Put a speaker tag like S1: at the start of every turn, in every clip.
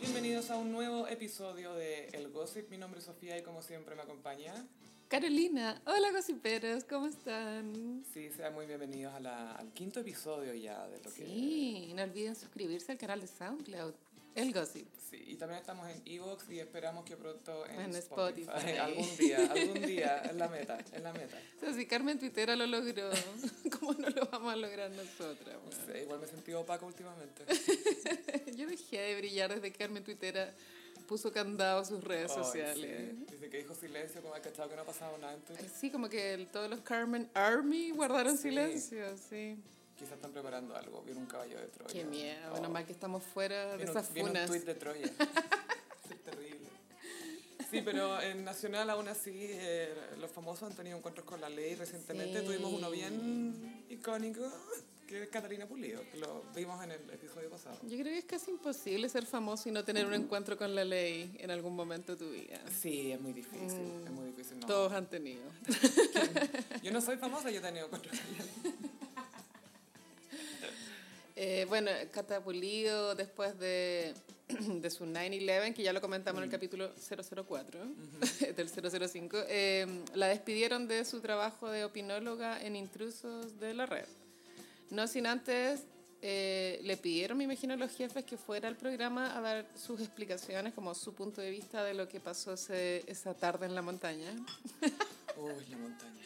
S1: bienvenidos a un nuevo episodio de El Gossip. Mi nombre es Sofía y como siempre me acompaña.
S2: Carolina, hola gossiperos, ¿cómo están?
S1: Sí, sean muy bienvenidos a la- al quinto episodio ya de lo que...
S2: Sí, y no olviden suscribirse al canal de SoundCloud, El Gossip.
S1: Sí, y también estamos en Evox y esperamos que pronto en,
S2: En
S1: Spotify.
S2: Spotify.
S1: algún día, algún día, es la meta, es la meta.
S2: O sea, si Carmen Twittera lo logró, ¿cómo no lo vamos a lograr nosotras?
S1: No
S2: weón?
S1: sé, igual me he sentido opaco últimamente.
S2: Yo dejé de brillar desde que Carmen Twittera puso candado a sus redes
S1: Ay,
S2: sociales.
S1: sí. Desde que dijo silencio, como he cachado que no ha pasado nada
S2: Ay,
S1: entonces
S2: Sí, como que el- todos los Carmen Army guardaron
S1: Sí.
S2: silencio, sí.
S1: Quizás están preparando algo, vieron un caballo de Troya.
S2: Qué miedo,
S1: Oh.
S2: menos mal que estamos fuera de
S1: Viene
S2: esas
S1: un, viene un
S2: funas.
S1: tuit de Troya. es terrible. Sí, pero en Nacional aún así eh, los famosos han tenido encuentros con la ley. Recientemente
S2: Sí.
S1: tuvimos uno bien icónico, que es Catalina Pulido, que lo vimos en el episodio pasado.
S2: Yo creo que es casi imposible ser famoso y no tener
S1: Mm.
S2: un encuentro con la ley en algún momento de tu vida.
S1: Sí, es muy difícil,
S2: Mm.
S1: es muy difícil. No.
S2: Todos han tenido.
S1: Yo no soy famosa, yo he tenido encuentros con la ley.
S2: Eh, bueno, Catapulido después de, de su 9-11, que ya lo comentamos en el capítulo 004, del 005, eh, la despidieron de su trabajo de opinóloga en Intrusos de la Red. No sin antes, eh, le pidieron, me imagino, a los jefes que fuera al programa a dar sus explicaciones, como su punto de vista de lo que pasó ese- esa tarde en la montaña.
S1: Uy, la montaña.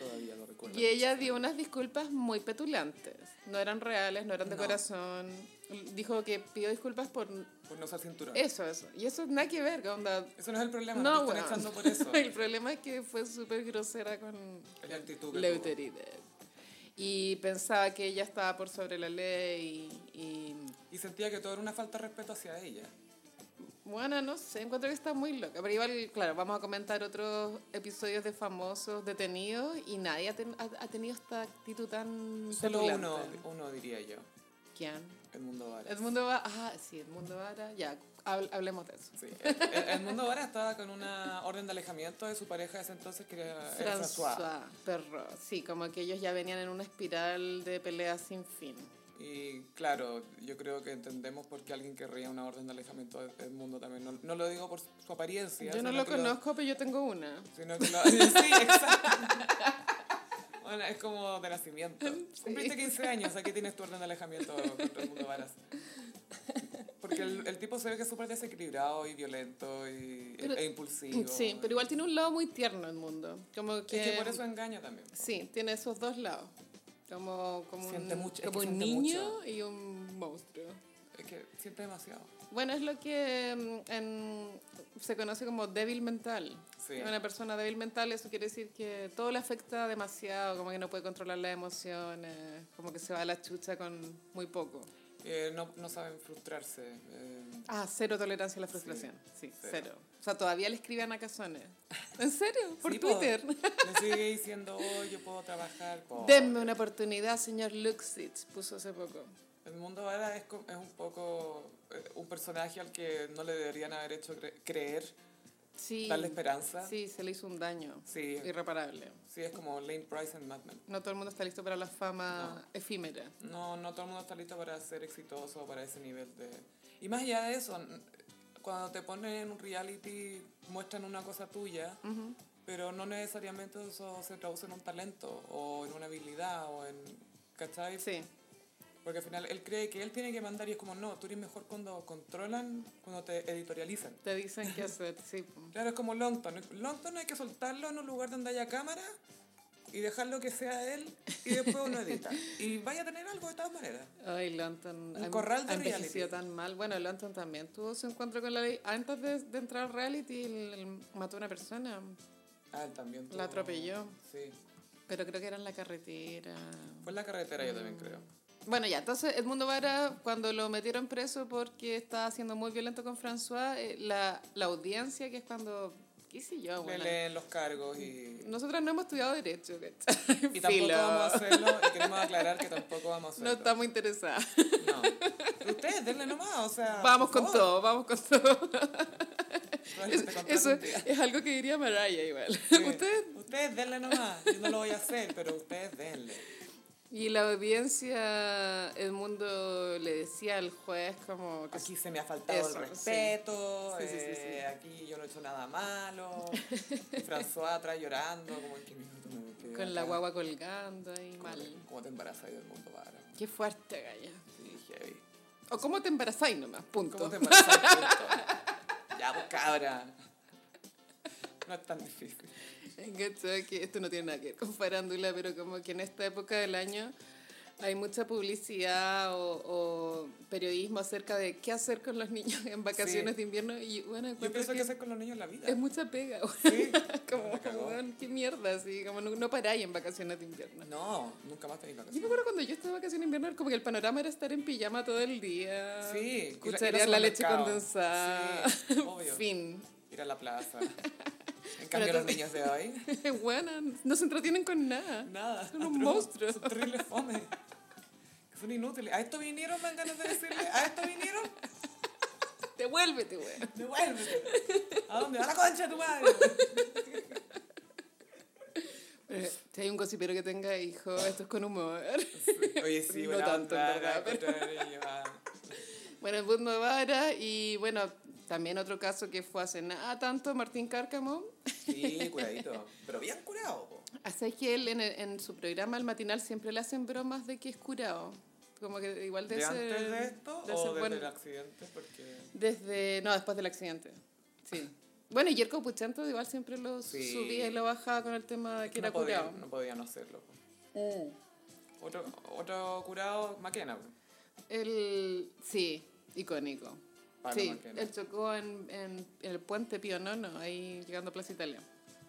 S1: Todavía lo recuerdo.
S2: Y ella dio unas disculpas muy petulantes. No eran reales, no eran de
S1: No.
S2: corazón. Dijo que pidió disculpas por
S1: Por no ser cinturón.
S2: eso, eso. Y eso nada que ver, ¿qué onda?
S1: Eso no es el problema, no,
S2: No,
S1: te
S2: weón.
S1: están echando por eso.
S2: El problema es que fue súper grosera con
S1: Es la actitud que
S2: Leuterides. Y pensaba que ella estaba por sobre la ley y... y-
S1: Y sentía que todo era una falta de respeto hacia ella.
S2: Bueno, no sé, encuentro que está muy loca. Pero igual, claro, vamos a comentar otros episodios de famosos detenidos y nadie ha, ten- ha- ha tenido esta actitud tan
S1: Solo
S2: petulante.
S1: uno, uno diría yo.
S2: ¿Quién?
S1: Edmundo Vara.
S2: Edmundo Vara, ah, sí, Edmundo Vara, ya, hab- hablemos de eso.
S1: Sí, Ed- Ed- Edmundo Vara estaba con una orden de alejamiento de su pareja de ese entonces, que era era François.
S2: François Perro, sí, como que ellos ya venían en una espiral de peleas sin fin.
S1: Y claro, yo creo que entendemos por qué alguien querría una orden de alejamiento de Edmundo también. No, no lo digo por su su apariencia.
S2: yo no
S1: sino
S2: lo
S1: que lo-
S2: conozco, pero yo tengo una.
S1: sino que lo- sí, exacto. Bueno, es como de nacimiento. Cumpliste 15 años, aquí tienes tu orden de alejamiento contra Edmundo Varas. Porque el, el tipo se ve que es súper desequilibrado y violento y,
S2: Pero-
S1: e impulsivo.
S2: Sí, pero igual tiene un lado muy tierno el mundo. Como que,
S1: Es que por eso engaña también.
S2: Sí, tiene esos dos lados. Como, como
S1: Siente
S2: un,
S1: mucho, es
S2: como
S1: que
S2: un
S1: siente
S2: niño
S1: mucho.
S2: y un monstruo.
S1: Es que siente demasiado.
S2: Bueno, es lo que mm, en- se conoce como débil mental.
S1: Sí.
S2: Una persona débil mental, eso quiere decir que todo le afecta demasiado, como que no puede controlar las emociones, como que se va a la chucha con muy poco.
S1: Eh, no, no saben frustrarse. eh,
S2: Ah, cero tolerancia a la frustración. Sí,
S1: cero.
S2: cero. O sea, todavía le escriben a Casones. ¿En serio? Por
S1: sí, po,
S2: Twitter.
S1: Le sigue diciendo, oh, yo puedo trabajar. po.
S2: Denme una oportunidad, señor Luxich, puso hace poco.
S1: El mundo ahora es, co- es un poco eh, un personaje al que no le deberían haber hecho cre- creer,
S2: Sí.
S1: darle esperanza. Sí.
S2: Sí, se le hizo un daño
S1: Sí,
S2: irreparable.
S1: es como Lane Price en Mad Men.
S2: No todo el mundo está listo para la fama efímera.
S1: No, no todo el mundo está listo para ser exitoso, para ese nivel de... Y más allá de eso, n- cuando te ponen en un reality, muestran una cosa tuya,
S2: Ujú.
S1: pero no necesariamente eso se traduce en un talento o en una habilidad o en... ¿Cachai?
S2: Sí.
S1: Porque al final él cree que él tiene que mandar y es como, no, tú eres mejor cuando controlan, cuando te editorializan.
S2: Te dicen qué hacer, sí. po.
S1: Claro, es como Longton. Longton hay que soltarlo en un lugar donde haya cámara y dejarlo que sea él y después uno edita. Y vaya a tener algo de todas maneras.
S2: Ay, Lonton.
S1: Un
S2: ha-
S1: corral de
S2: ha envejecido
S1: reality.
S2: tan mal. Bueno, Lonton también tuvo su encuentro con la ley. Antes de, de entrar al reality, él- él mató a una persona.
S1: Ah, él también.
S2: La atropelló.
S1: Sí.
S2: Pero creo que era en la carretera.
S1: Fue en la carretera, yo también
S2: Mm.
S1: creo.
S2: Bueno, ya, entonces Edmundo Vara, cuando lo metieron preso porque estaba siendo muy violento con François, eh, la, la audiencia, que es cuando, qué sé
S1: Le
S2: yo, bueno,
S1: leen los cargos y...
S2: nosotras no hemos estudiado derecho, ¿cachai?
S1: Y tampoco
S2: Filo.
S1: vamos a hacerlo, y queremos aclarar que tampoco vamos a
S2: No
S1: hacerlo.
S2: estamos interesadas.
S1: No. Ustedes, denle nomás, o sea...
S2: Vamos
S1: Ah, por
S2: con
S1: favor.
S2: todo, vamos con todo.
S1: Probablemente
S2: Es-
S1: contraten
S2: Eso
S1: un día.
S2: es algo que diría Mariah igual.
S1: Sí.
S2: Usted,
S1: Ustedes denle nomás. Yo no lo voy a hacer, pero ustedes denle.
S2: Y la audiencia, el mundo le decía al juez como que
S1: Aquí se me ha faltado
S2: Eso,
S1: el respeto,
S2: sí. Sí, sí, sí,
S1: eh, aquí yo no he hecho nada malo. François atrás llorando, como que minuto me quedé
S2: con la
S1: acá?
S2: guagua colgando ahí
S1: ¿Cómo
S2: mal.
S1: te, cómo te embarazas ahí del mundo para?
S2: Qué fuerte, galla.
S1: Sí, heavy.
S2: O cómo te embarazáis nomás, punto.
S1: ¿Cómo te embarazas? Punto. ya, pues cabra. No es tan difícil.
S2: Pues ¿Cachai? que esto no tiene nada que ver con farándula, pero como que en esta época del año hay mucha publicidad o, o periodismo acerca de qué hacer con los niños en vacaciones
S1: Sí.
S2: de invierno y bueno,
S1: Yo
S2: encuentro
S1: pienso que
S2: que
S1: hacer con los niños en la vida.
S2: es mucha pega, güey.
S1: Sí.
S2: como,
S1: Me cagó.
S2: weón, qué mierda, así, como no, no paráis en vacaciones de invierno.
S1: No, nunca más tenéis
S2: Yo me
S1: vacaciones.
S2: acuerdo cuando yo estaba de vacaciones de invierno, era como que el panorama era estar en pijama todo el día,
S1: Sí, ir a- ir al
S2: cucharear la leche
S1: supermercado.
S2: condensada,
S1: Sí, obvio.
S2: fin.
S1: Ir a la plaza. En cambio, los
S2: también-
S1: niños de hoy.
S2: bueno, no se entretienen con nada.
S1: Nada.
S2: Son un monstruo.
S1: Son terribles fome. Son inútiles. ¿A esto vinieron? Me dan ganas de decirle. ¿A esto vinieron?
S2: Devuélvete, güey.
S1: Devuélvete. ¿A dónde? ¡A la concha de tu madre!
S2: Eh, Si hay un gossipero que tenga hijos, esto es con humor.
S1: Oye, sí,
S2: No
S1: buena
S2: tanto, en
S1: onda,
S2: verdad,
S1: la contra de niño, ah.
S2: Bueno, el mundo de vara y bueno, también otro caso que fue hace nada tanto, Martín Cárcamo.
S1: Sí, curadito. Pero bien curado, po.
S2: Hace que él en, el- en su programa, el matinal, siempre le hacen bromas de que es curado. Como que igual de
S1: ¿De
S2: ser-
S1: antes de esto
S2: de
S1: o
S2: ser
S1: desde
S2: buen-
S1: el accidente? Porque...
S2: Desde, no, después del accidente. Sí. Bueno, y Jerko Puchento igual siempre lo
S1: Sí.
S2: subía y lo bajaba con el tema de que era
S1: no podía,
S2: curado. Eh.
S1: No podía no hacerlo, po. Otro, otro curado, Maquena, po.
S2: El, sí, icónico.
S1: Pablo
S2: sí,
S1: Maquena.
S2: él chocó en, en- en el puente Pío Nono, ahí llegando a Plaza Italia.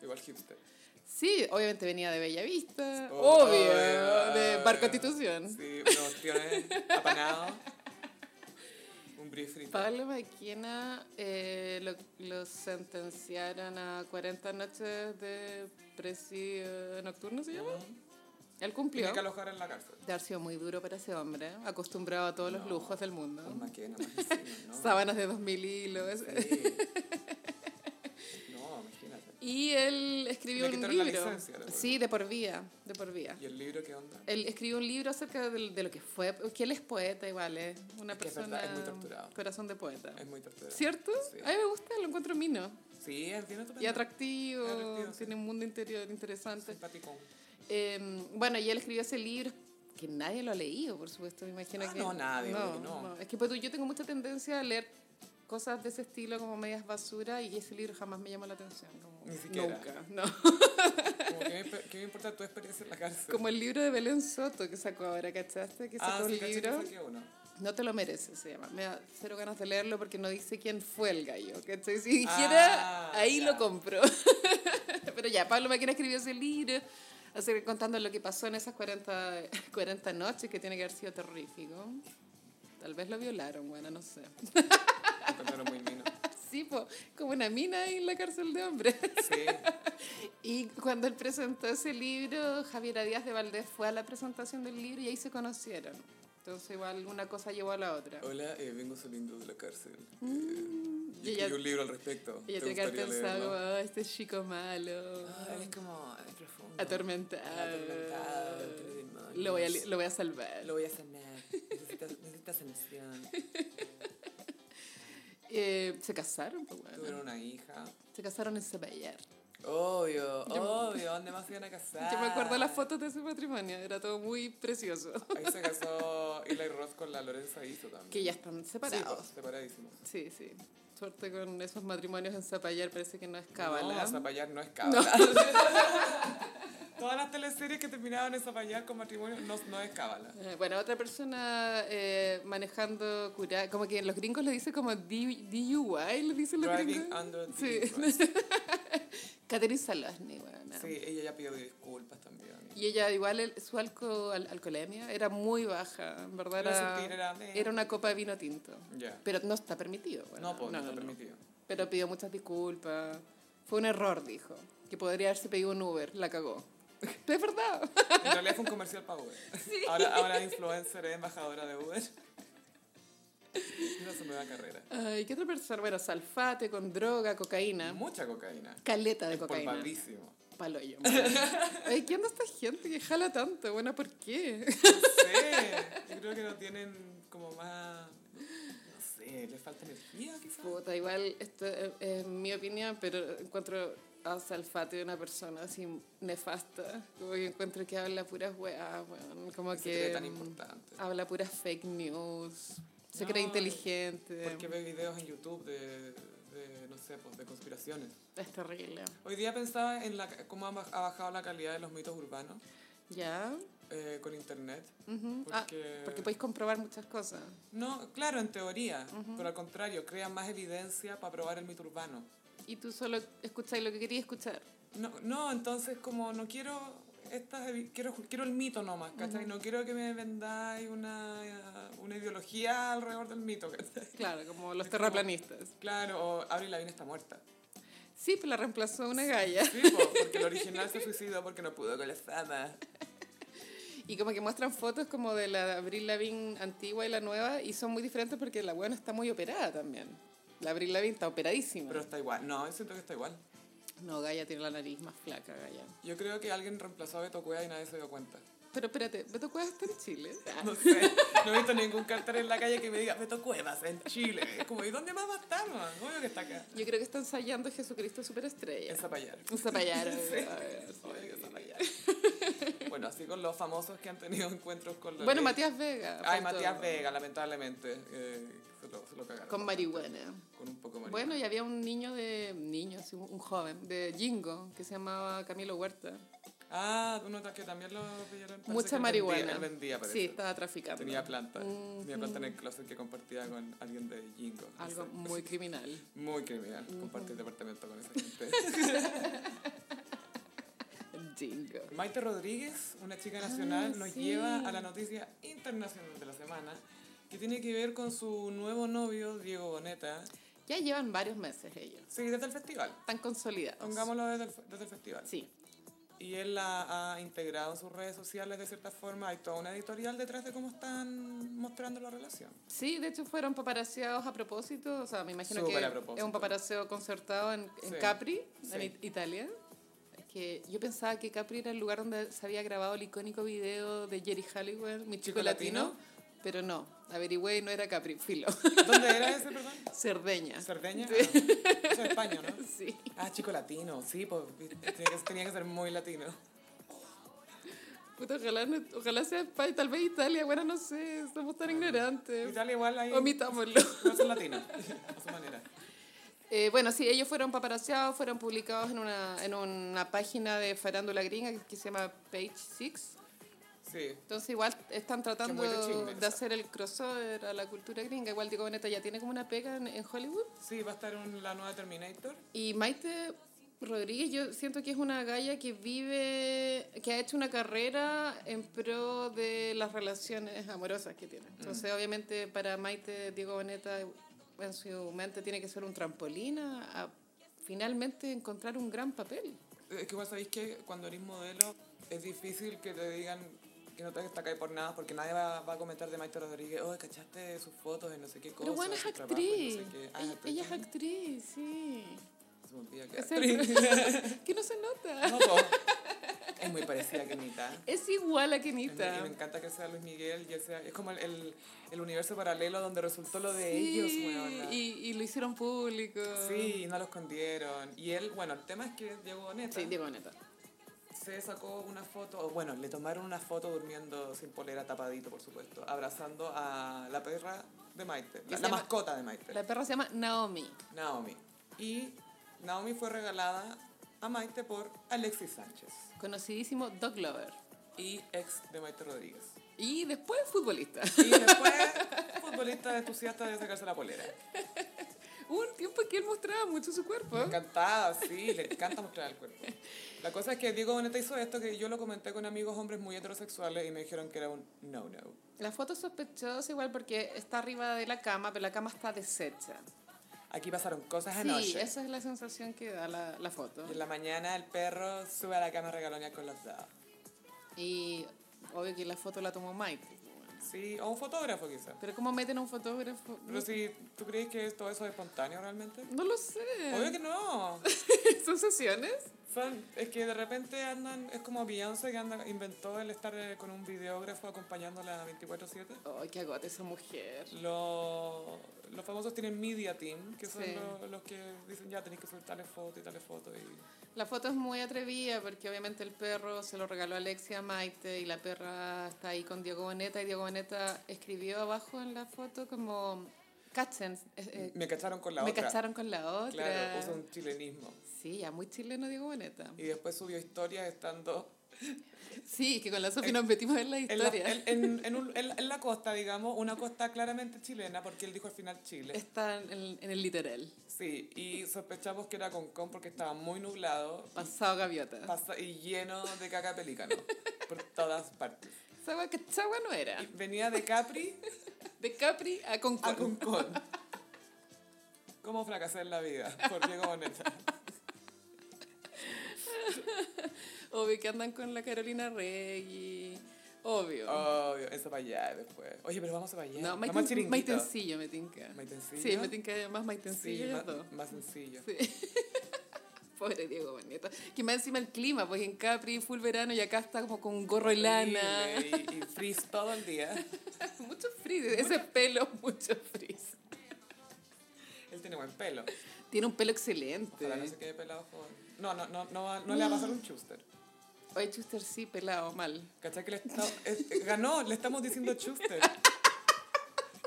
S1: Igual hipster.
S2: Sí, obviamente venía de Bellavista,
S1: Oh,
S2: obvio,
S1: obvio.
S2: de Bar Constitución.
S1: Sí, unos ostiones apanados. Un brie frito.
S2: Pablo Maquina eh, lo, lo sentenciaron a 40 noches de presidio nocturno, ¿se llama? Él cumplió.
S1: Tiene que alojar en la cárcel.
S2: De haber sido muy duro para ese hombre, acostumbrado a todos los
S1: No, Oh
S2: lujos del mundo.
S1: Un maquena, más encima, ¿no?
S2: Sábanas de 2000 hilos.
S1: Sí. No, imagínate.
S2: Y él escribió
S1: Le
S2: un
S1: quitaron la
S2: libro.
S1: licencia, de por
S2: sí, de por vía, de por vía.
S1: ¿Y el libro qué onda?
S2: Él escribió un libro acerca de, de lo que fue, que él es poeta igual, es una
S1: Es que es
S2: persona,
S1: verdad, es muy torturado.
S2: corazón de poeta.
S1: Es muy torturado.
S2: ¿Cierto?
S1: Sí.
S2: A mí me gusta, lo encuentro mino.
S1: Sí, es bien estupendo.
S2: Y atractivo,
S1: Es atractivo, sí.
S2: tiene un mundo interior interesante.
S1: Simpaticón.
S2: Eh, bueno, y él escribió ese libro que nadie lo ha leído, por supuesto, me imagino
S1: Ah,
S2: que...
S1: no, nadie, obvio que no.
S2: Es que pues, tú- yo tengo mucha tendencia a leer cosas de ese estilo como medias basura y ese libro jamás me llamó la atención. como
S1: Ni siquiera.
S2: Nunca, no.
S1: Como que, me- ¿Qué me importa tu experiencia en la cárcel?
S2: Como el libro de Belén Soto que sacó ahora, ¿cachaste? Que sacó
S1: ah,
S2: un
S1: sí, caché que
S2: libro.
S1: saqué uno.
S2: No te lo mereces, se llama. Me da cero ganas de leerlo porque no dice quién fue el gallo. ¿cachai? Si dijera,
S1: Ah,
S2: ahí
S1: ya.
S2: lo compro. Pero ya, Pablo Maquina escribió ese libro así que contando lo que pasó en esas 40, 40 noches, que tiene que haber sido terrífico. Tal vez lo violaron, bueno, no sé.
S1: Me encontraron muy mino.
S2: Sí, po, como una mina ahí en la cárcel de hombres.
S1: Sí.
S2: Y cuando él presentó ese libro, Javiera Díaz de Valdés fue a la presentación del libro y ahí se conocieron. Entonces igual una cosa llevó a la otra.
S1: Hola, eh, vengo saliendo de la cárcel. Eh,
S2: y
S1: y
S2: ella-
S1: escribí un libro al respecto.
S2: Ella tiene que haber
S1: gustaría
S2: pensado,
S1: leerlo?
S2: "Oh, este chico malo,
S1: Ah, él es como es profundo.
S2: atormentado,
S1: Atormentado, tiene demonios.
S2: lo voy, a, li- lo voy a salvar.
S1: Lo voy a sanar. Necesitas, necesitas sanación.
S2: Eh, se casaron, pues, bueno.
S1: Tuvieron una hija.
S2: se casaron en Zapallar.
S1: Obvio,
S2: Yo me-
S1: obvio. ¿Dónde más se iban a casar?
S2: Yo me acuerdo las fotos de ese matrimonio, era todo muy precioso.
S1: Ahí se casó Eli Roth con la Lorenza Iso también.
S2: Que ya están separados.
S1: Sí, pues, separadísimos.
S2: Sí, sí. Suerte con esos matrimonios en Zapallar, parece que no es
S1: No,
S2: cábala.
S1: Zapallar no es cábala. Todas las teleseries que terminaban en Zapallar con matrimonio no, no es cábala.
S2: Eh, Bueno, otra persona eh, manejando cura, como que los gringos le dicen como D- DUI, le dicen los
S1: Driving
S2: gringos.
S1: under the
S2: Sí.
S1: influence.
S2: Catherine Salosny, bueno.
S1: Sí, ella ya pidió disculpas también.
S2: Y ella, igual, el- su alco- al- alcoholemia era muy baja, en verdad.
S1: Era
S2: Era,
S1: sutil, era media.
S2: era una copa de vino tinto.
S1: Ya.
S2: Pero no está permitido. bueno,
S1: No, pues no, está permitido.
S2: Pero pidió muchas disculpas. Fue un error, dijo. Que podría haberse pedido un Uber, la cagó. es verdad.
S1: En realidad fue un comercial para Uber. Ahora, ahora influencer es embajadora de Uber. Esa es su nueva carrera.
S2: Ay, ¿qué otra persona? Bueno, salfate con droga, cocaína.
S1: Mucha cocaína.
S2: Caleta de cocaína.
S1: Empolvadísimo.
S2: paloyo. man. Ay, ¿Qué onda esta gente que jala tanto? Bueno, ¿por qué?
S1: sé. Yo creo que no tienen como más. No sé, les falta energía quizás.
S2: Puta, igual, esto es, es mi opinión, pero encuentro a Salfate una persona así nefasta. Como que encuentro que habla puras weas, weón. Como
S1: Que se cree
S2: que
S1: tan
S2: mm,
S1: importante.
S2: habla puras fake news. Se cree
S1: No,
S2: inteligente.
S1: Porque ve videos en YouTube de, de, no sé, pues, de conspiraciones.
S2: Es terrible.
S1: Hoy día pensaba en la, cómo ha baj- ha bajado la calidad de los mitos urbanos
S2: ¿Ya?
S1: eh, con internet.
S2: Ujú. Ah,
S1: Porque,
S2: porque podéis comprobar muchas cosas.
S1: No, claro, en teoría, pero al contrario, crean más evidencia para probar el mito urbano.
S2: Y tú solo escucháis lo que querías escuchar.
S1: No, no entonces como no quiero estas evi- quiero quiero el mito nomás, ¿cachai? No quiero que me vendáis una, una ideología alrededor del mito, ¿cachai?
S2: Claro, como los
S1: Es como-
S2: terraplanistas.
S1: Claro, o Avril Lavigne está muerta.
S2: Sí, pero la reemplazó una galla.
S1: Sí, po, porque el original se suicidó porque no pudo con la fama.
S2: Y como que muestran fotos como de la Abril Lavigne antigua y la nueva y son muy diferentes porque la buena está muy operada también. La Abril Lavigne está operadísima.
S1: Pero está igual. No, yo siento que está igual.
S2: No, Gaia tiene la nariz más flaca, Gaia.
S1: Yo creo que alguien reemplazó a Beto Cueva y nadie se dio cuenta.
S2: Pero espérate, Beto Cuevas está en Chile.
S1: No sé, no he visto ningún cartel en la calle que me diga Beto Cuevas en Chile. Es como, ¿y dónde más va a estar, man? Obvio que está acá.
S2: Yo creo que está ensayando Jesucristo Superestrella.
S1: En Zapallar.
S2: Un zapallaro.
S1: Obvio que Zapallar. Bueno, así con los famosos que han tenido encuentros con los...
S2: Bueno, Matías Vega.
S1: Ay,
S2: faltó.
S1: Matías Vega, lamentablemente. eh, se, lo, se lo cagaron.
S2: Con marihuana.
S1: Con un poco de marihuana.
S2: Bueno, y había un niño de. niño, sí, un un joven, de Jingo, que se llamaba Camilo Huerta.
S1: Ah, uno ta- que también lo pillaron. Parece que
S2: Mucha
S1: él
S2: marihuana.
S1: Vendía, él vendía, parece.
S2: sí, Mm, estaba traficando.
S1: Tenía planta. Tenía
S2: Ujú.
S1: planta en el closet que compartía con alguien de Jingo. no
S2: Algo
S1: sé.
S2: muy Mm. criminal.
S1: Muy criminal. Compartir departamento con esa gente.
S2: Jingo.
S1: Maite Rodríguez, una chica
S2: Ah,
S1: nacional, nos
S2: sí.
S1: lleva a la noticia internacional de la semana, que tiene que ver con su nuevo novio, Diego Boneta.
S2: Ya llevan varios meses ellos.
S1: Sí, desde el festival.
S2: Están consolidados.
S1: Pongámoslo desde el, fe- desde el festival.
S2: Sí.
S1: Y él la ha integrado en sus redes sociales de cierta forma. Hay toda una editorial detrás de cómo están mostrando la relación.
S2: Sí, de hecho fueron paparaseados a propósito. O sea, me imagino
S1: Súper a
S2: que
S1: propósito.
S2: es un paparaseo concertado en, en
S1: Sí,
S2: Capri,
S1: sí.
S2: en It- Italia. Es que yo pensaba que Capri era el lugar donde se había grabado el icónico video de Jerry Halliwell, mi chico,
S1: Chico
S2: latino.
S1: Latino.
S2: Pero no, averigüé y no era Capri, filo.
S1: ¿Dónde era ese, perdón?
S2: Cerdeña.
S1: ¿Cerdeña? Ah, eso es España, ¿no?
S2: Sí.
S1: Ah, chico latino. Sí, pues tenía que, tenía que ser muy latino.
S2: Puta, ojalá, no- ojalá sea España, tal vez Italia. Bueno, no sé, somos tan ignorantes.
S1: Italia igual ahí.
S2: Omitámoslo.
S1: No son latinos, a su manera.
S2: Eh, bueno, sí, ellos fueron paparaseados, fueron publicados en una, en una página de farándula gringa que, que se llama Page Six.
S1: Sí,
S2: Entonces igual están tratando
S1: muy de chisme,
S2: de
S1: esa.
S2: hacer el crossover a la cultura gringa. Igual Diego Boneta ya tiene como una pega en, en Hollywood.
S1: Sí, va a estar en la nueva Terminator.
S2: Y Maite Rodríguez, yo siento que es una galla que vive, que ha hecho una carrera en pro de las relaciones amorosas que tiene. Entonces,
S1: Mm.
S2: obviamente, para Maite, Diego Boneta, en su mente tiene que ser un trampolín a, a finalmente encontrar un gran papel.
S1: Es que igual sabéis que cuando eres modelo es difícil que te digan que no te destacáis por nada porque nadie va, va a comentar de Maite Rodríguez, oh, cachaste sus fotos en no sé qué cosa.
S2: Pero bueno, es
S1: sus trabajos en
S2: actriz.
S1: no sé qué". Ah,
S2: Ella, ella es
S1: también.
S2: actriz, sí.
S1: Se me olvida que
S2: Es
S1: actriz.
S2: Que no se nota.
S1: No, po. Es muy parecida a Kenita.
S2: Es igual a
S1: Y
S2: Kenita.
S1: me encanta que sea Luis Miguel y él sea, es como el, el, el universo paralelo donde resultó lo de
S2: Sí,
S1: ellos, weona.
S2: y, y lo hicieron público.
S1: Sí, no lo escondieron. Y él, bueno, el tema es que Diego Boneta
S2: Sí, Diego Boneta.
S1: se sacó una foto, o bueno, le tomaron una foto durmiendo sin polera, tapadito, por supuesto, abrazando a la perra de Maite,
S2: Que
S1: la,
S2: se
S1: la
S2: llama-
S1: mascota de Maite,
S2: La perra se llama Naomi.
S1: Naomi. Y Naomi fue regalada a Maite por Alexis Sánchez
S2: conocidísimo Doc Lover.
S1: y ex de Maite Rodríguez.
S2: Y después futbolista.
S1: Y después, futbolista entusiasta de sacarse la polera.
S2: ¿Eh? Hubo un tiempo que él mostraba mucho su cuerpo.
S1: Me encantaba, sí, le encanta mostrar el cuerpo. La cosa es que Diego Boneta hizo esto que yo lo comenté con amigos hombres muy heterosexuales y me dijeron que era un no-no.
S2: La foto es sospechosa igual porque está arriba de la cama, pero la cama está deshecha.
S1: Aquí pasaron cosas
S2: Sí,
S1: anoche.
S2: esa es la sensación que da la, la foto.
S1: Ah, Y en la mañana el perro sube a la cama regalonia con los dados.
S2: Y obvio que la foto la tomó Mike.
S1: Sí, o un fotógrafo quizás.
S2: Pero ¿cómo meten a un fotógrafo?
S1: Pero si tú crees que todo eso es espontáneo realmente.
S2: No lo sé.
S1: Obvio que no.
S2: ¿Son sesiones?
S1: Son, es que de repente andan, es como Beyoncé que anda, inventó el estar eh, con un videógrafo acompañándola 24-7.
S2: Ay, qué agote esa mujer.
S1: Lo- los famosos tienen media team, que son
S2: Sí.
S1: lo- los que dicen ya tenéis que subir tales fotos y tales fotos. Y...
S2: La foto es muy atrevida porque obviamente el perro se lo regaló Alexia a Maite y la perra está ahí con Diego Boneta y Diego Boneta escribió abajo en la foto como cachen, eh, eh,
S1: Me cacharon con la
S2: me
S1: otra.
S2: cacharon con la otra.
S1: Claro, puso un chilenismo.
S2: Sí, ya muy chileno Diego Boneta.
S1: Y después subió historias estando
S2: Sí, que con la Sofi
S1: En-
S2: nos metimos en la
S1: Eh, en la,
S2: historia.
S1: en, en- en un- en- en la costa, digamos, una costa claramente chilena, porque él dijo al final Chile.
S2: Está en, el- en el literal,
S1: Sí, y sospechamos que era Concón porque estaba muy nublado
S2: pasado gaviota.
S1: pasa- y lleno de caca de pelícano por todas partes.
S2: Esa agua que esa agua no era.
S1: Y venía de Capri
S2: De Capri a Concón.
S1: a Concón. ¿Cómo fracasé en la vida? Por Diego Boneta.
S2: Obvio que andan con la Carolina Reggi. Obvio.
S1: Oh, Obvio, eso para allá después. Oye, pero vamos a para allá.
S2: No,
S1: vamos al
S2: Maiten-
S1: chiringuito.
S2: Maitencillo me tinca.
S1: Maitencillo.
S2: Sí, me tinca más
S1: Sí,
S2: Maitencillo.
S1: más,
S2: Sí,
S1: más sencillo.
S2: sí. Pobre Diego Boneta. Que más encima el clima, pues en Capri full verano y acá está como con gorro de lana.
S1: Horrible, Y, y frizz todo el día.
S2: mucho frizz, ese pelo, mucho frizz.
S1: Él tiene buen pelo.
S2: Tiene un pelo excelente.
S1: Ojalá no se quede pelado joven. No, no, no, no, va- no le va a pasar un Schuster.
S2: Oye, Chuster sí, pelado, mal.
S1: ¿Cachai que le está- es- eh, ganó? Le estamos diciendo Schuster.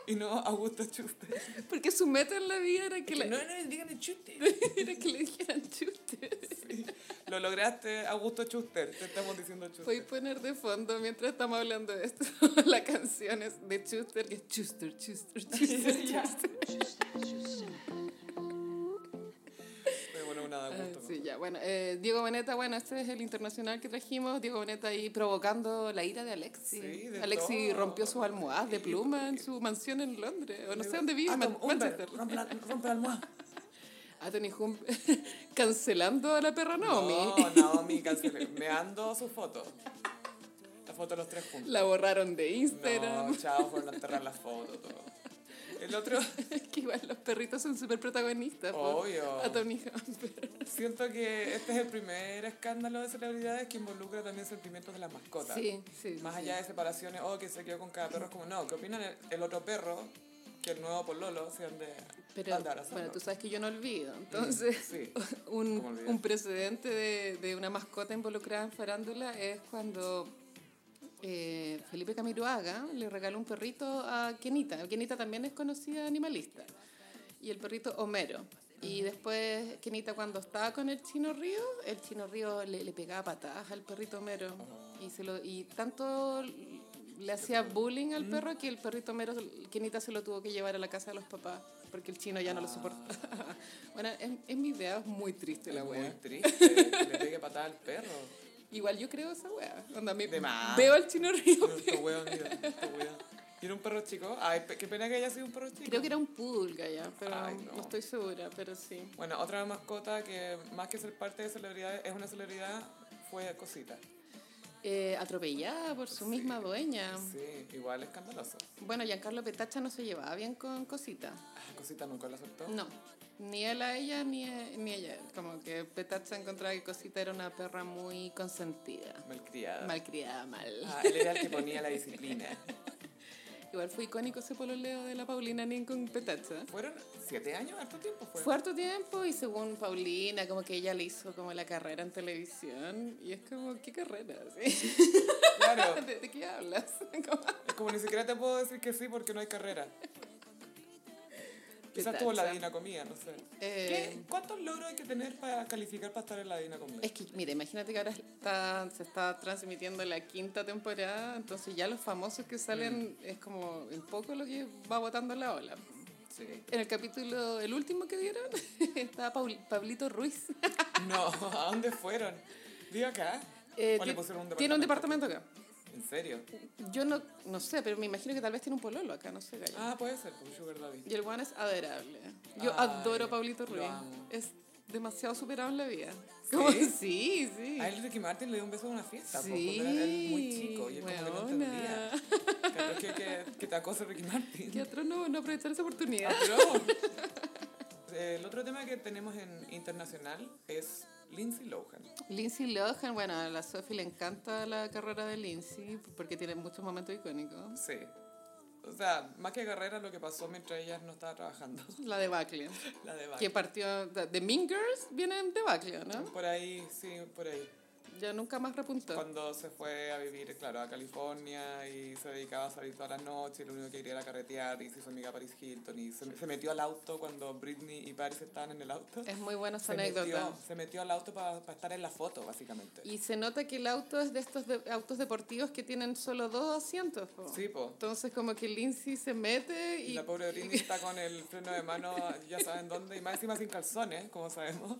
S1: Y no Augusto Schuster.
S2: Porque su meta en la vida era que, le,
S1: no, díganme Schuster.
S2: era que le dijeran Chuster.
S1: Lo lograste, Augusto Schuster. Te estamos diciendo
S2: Voy a
S1: Schuster.
S2: poner de fondo, mientras estamos hablando de esto, la canción es de Chuster, que es Chuster, Chuster, Chuster,
S1: Ya.
S2: Chuster.
S1: Fue bueno, una de
S2: Ah,
S1: Augusto.
S2: sí, ya, bueno, eh, Diego Boneta, bueno, este es el internacional que trajimos, Diego Boneta ahí provocando la ira de
S1: Sí,
S2: Alexi.
S1: de
S2: Alexi
S1: todo.
S2: rompió sus almohadas de
S1: Sí,
S2: pluma en
S1: porque-
S2: su mansión en Londres, o no sé dónde vive, en
S1: Atom,
S2: Manchester.
S1: Humber, Ah, Rompe la, rompe la almohada.
S2: Anthony Hum cancelando a la perra Naomi.
S1: No, Naomi, cancelé. Me ando su foto. La foto de los tres juntos.
S2: La borraron de Instagram.
S1: No, chao, fueron a enterrar la foto, todo. El otro,
S2: que igual los perritos son súper protagonistas. po.
S1: obvio.
S2: A Tony Humber.
S1: Siento que este es el primer escándalo de celebridades que involucra también sentimientos de las mascotas.
S2: Sí, sí.
S1: Más
S2: sí.
S1: allá de separaciones, oh, que se quedó con cada perro, es como, no, ¿qué opinan el, el otro perro? Que el nuevo Pololo, si han de...
S2: Pero,
S1: anda, abrazarlo.
S2: bueno, tú sabes que yo no olvido. Entonces,
S1: Sí,
S2: un,
S1: ¿cómo olvidar?
S2: un precedente de, de una mascota involucrada en farándula es cuando eh, Felipe Camiroaga le regaló un perrito a Kenita. Kenita también es conocida animalista. Y el perrito Homero. Y después, Kenita, cuando estaba con el chino Río, el chino Río le, le pegaba patadas al perrito Homero.
S1: Oh.
S2: Y, se lo, y tanto le hacía bullying al perro que el perrito Homero, Kenita se lo tuvo que llevar a la casa de los papás porque el chino ya no lo
S1: Ah.
S2: soportaba. bueno, es, es mi idea, es muy triste la
S1: es muy
S2: wea.
S1: triste, que le pegue patada al perro.
S2: Igual yo creo esa wea. Onda, me-
S1: De más.
S2: veo al chino Río.
S1: No, este weón, mira, este weón. ¿Y era un perro chico? Ay, pe- qué pena que haya sido un perro chico.
S2: Creo que era un pulga ya, pero
S1: Ay,
S2: no.
S1: no.
S2: estoy segura, pero sí.
S1: Bueno, otra mascota que más que ser parte de celebridades, es una celebridad, fue Cosita.
S2: Eh, atropellada por su misma dueña.
S1: Sí, igual escandaloso.
S2: Bueno, Giancarlo Petacha no se llevaba bien con Cosita.
S1: Ah, Cosita nunca la soltó.
S2: No, ni él a ella, ni, e- ni ella. a él. Como que Petacha encontraba que Cosita era una perra muy consentida.
S1: Malcriada.
S2: Malcriada, mal.
S1: Ah, él era el que ponía la disciplina.
S2: Igual fue icónico ese pololeo de la Paulina Nin con Petacha.
S1: Fueron siete años, harto tiempo fue.
S2: Fue harto tiempo y según Paulina, como que ella le hizo como la carrera en televisión. Y es como, ¿qué carrera? Sí.
S1: Claro.
S2: ¿De, de qué hablas? Como-
S1: Es como ni siquiera te puedo decir que sí porque no hay carrera. Quizás
S2: Petacha.
S1: tuvo la dinacomía, no sé.
S2: Eh,
S1: ¿Qué? ¿Cuántos logros hay que tener para calificar para estar en la dinacomía?
S2: Es que, mira, imagínate que ahora está- se está transmitiendo la quinta temporada, entonces ya los famosos que salen es como un poco lo que va botando la ola.
S1: Sí.
S2: En el capítulo, el último que dieron, estaba Paul- Pablito Ruiz.
S1: No, ¿a dónde fueron? Digo acá.
S2: Eh,
S1: ¿O
S2: ti-
S1: le pusieron un
S2: tiene un
S1: departamento?
S2: departamento acá.
S1: ¿En serio?
S2: Yo no, no sé, pero me imagino que tal vez tiene un pololo acá, no sé, gallo.
S1: Ah, puede ser, por Sugar Daddy.
S2: Y el one es adorable. Yo
S1: Ay,
S2: adoro a Pablito
S1: lo
S2: Ruiz.
S1: amo.
S2: Es demasiado superado en la vida.
S1: ¿Sí?
S2: Como- sí, sí.
S1: A él Ricky Martin le dio un beso en una fiesta, po,
S2: sí.
S1: cuando era él muy chico y él como que no
S2: weona.
S1: entendía. Claro, es que, que, que te acose Ricky Martin.
S2: Que otros no, no aprovechar esa oportunidad.
S1: Ah, pero- El otro tema que tenemos en internacional es Lindsay Lohan.
S2: Lindsay Lohan, bueno, a la Sophie le encanta la carrera de Lindsay porque tiene muchos momentos icónicos.
S1: Sí. O sea, más que carrera, lo que pasó mientras ella no estaba trabajando.
S2: La de Buckley,
S1: La de
S2: que
S1: Bach.
S2: partió de Mean Girls, viene de Buckley, ¿no?
S1: Por ahí, sí, por ahí.
S2: Ya nunca más repuntó.
S1: Cuando se fue a vivir, claro, a California y se dedicaba a salir todas las noches, y lo único que quería era carretear y se hizo amiga a Paris Hilton y se, se metió al auto cuando Britney y Paris estaban en el auto.
S2: Es muy buena esa
S1: Se metió,
S2: anécdota.
S1: se metió al auto para estar en la foto, básicamente.
S2: Y se nota que el auto es de estos de- autos deportivos que tienen solo dos asientos. po.
S1: Sí, po.
S2: Entonces como que Lindsay se mete
S1: Y
S2: y...
S1: la pobre Britney está con el freno de mano, ya saben dónde, y más encima sin calzones, como sabemos.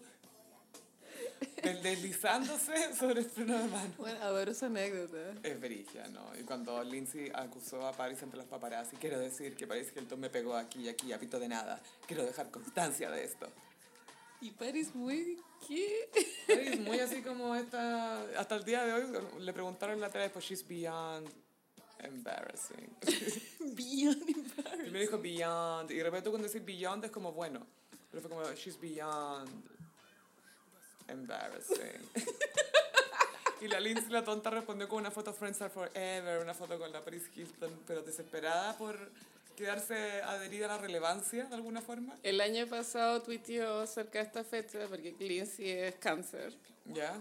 S1: Del- deslizándose sobre el freno de mano.
S2: Bueno, adoro esa anécdota.
S1: Es verigia, ¿no? Y cuando Lindsay acusó a Paris ante los paparazzi, quiero decir que Paris Hilton me pegó aquí y aquí, a pito de nada. Quiero dejar constancia de esto.
S2: Y Paris muy... ¿Qué?
S1: Paris, muy así como esta... Hasta el día de hoy le preguntaron en la tele después, she's beyond embarrassing.
S2: Beyond
S1: Y me dijo beyond, y de repente cuando decís beyond es como bueno, pero fue como she's beyond embarrassing. y la Lindsay la tonta respondió con una foto Friends are forever, una foto con la Paris Hilton, pero desesperada por quedarse adherida a la relevancia de alguna forma.
S2: El año pasado tuiteó cerca de esta fecha, porque Lindsay es cáncer.
S1: ¿Ya?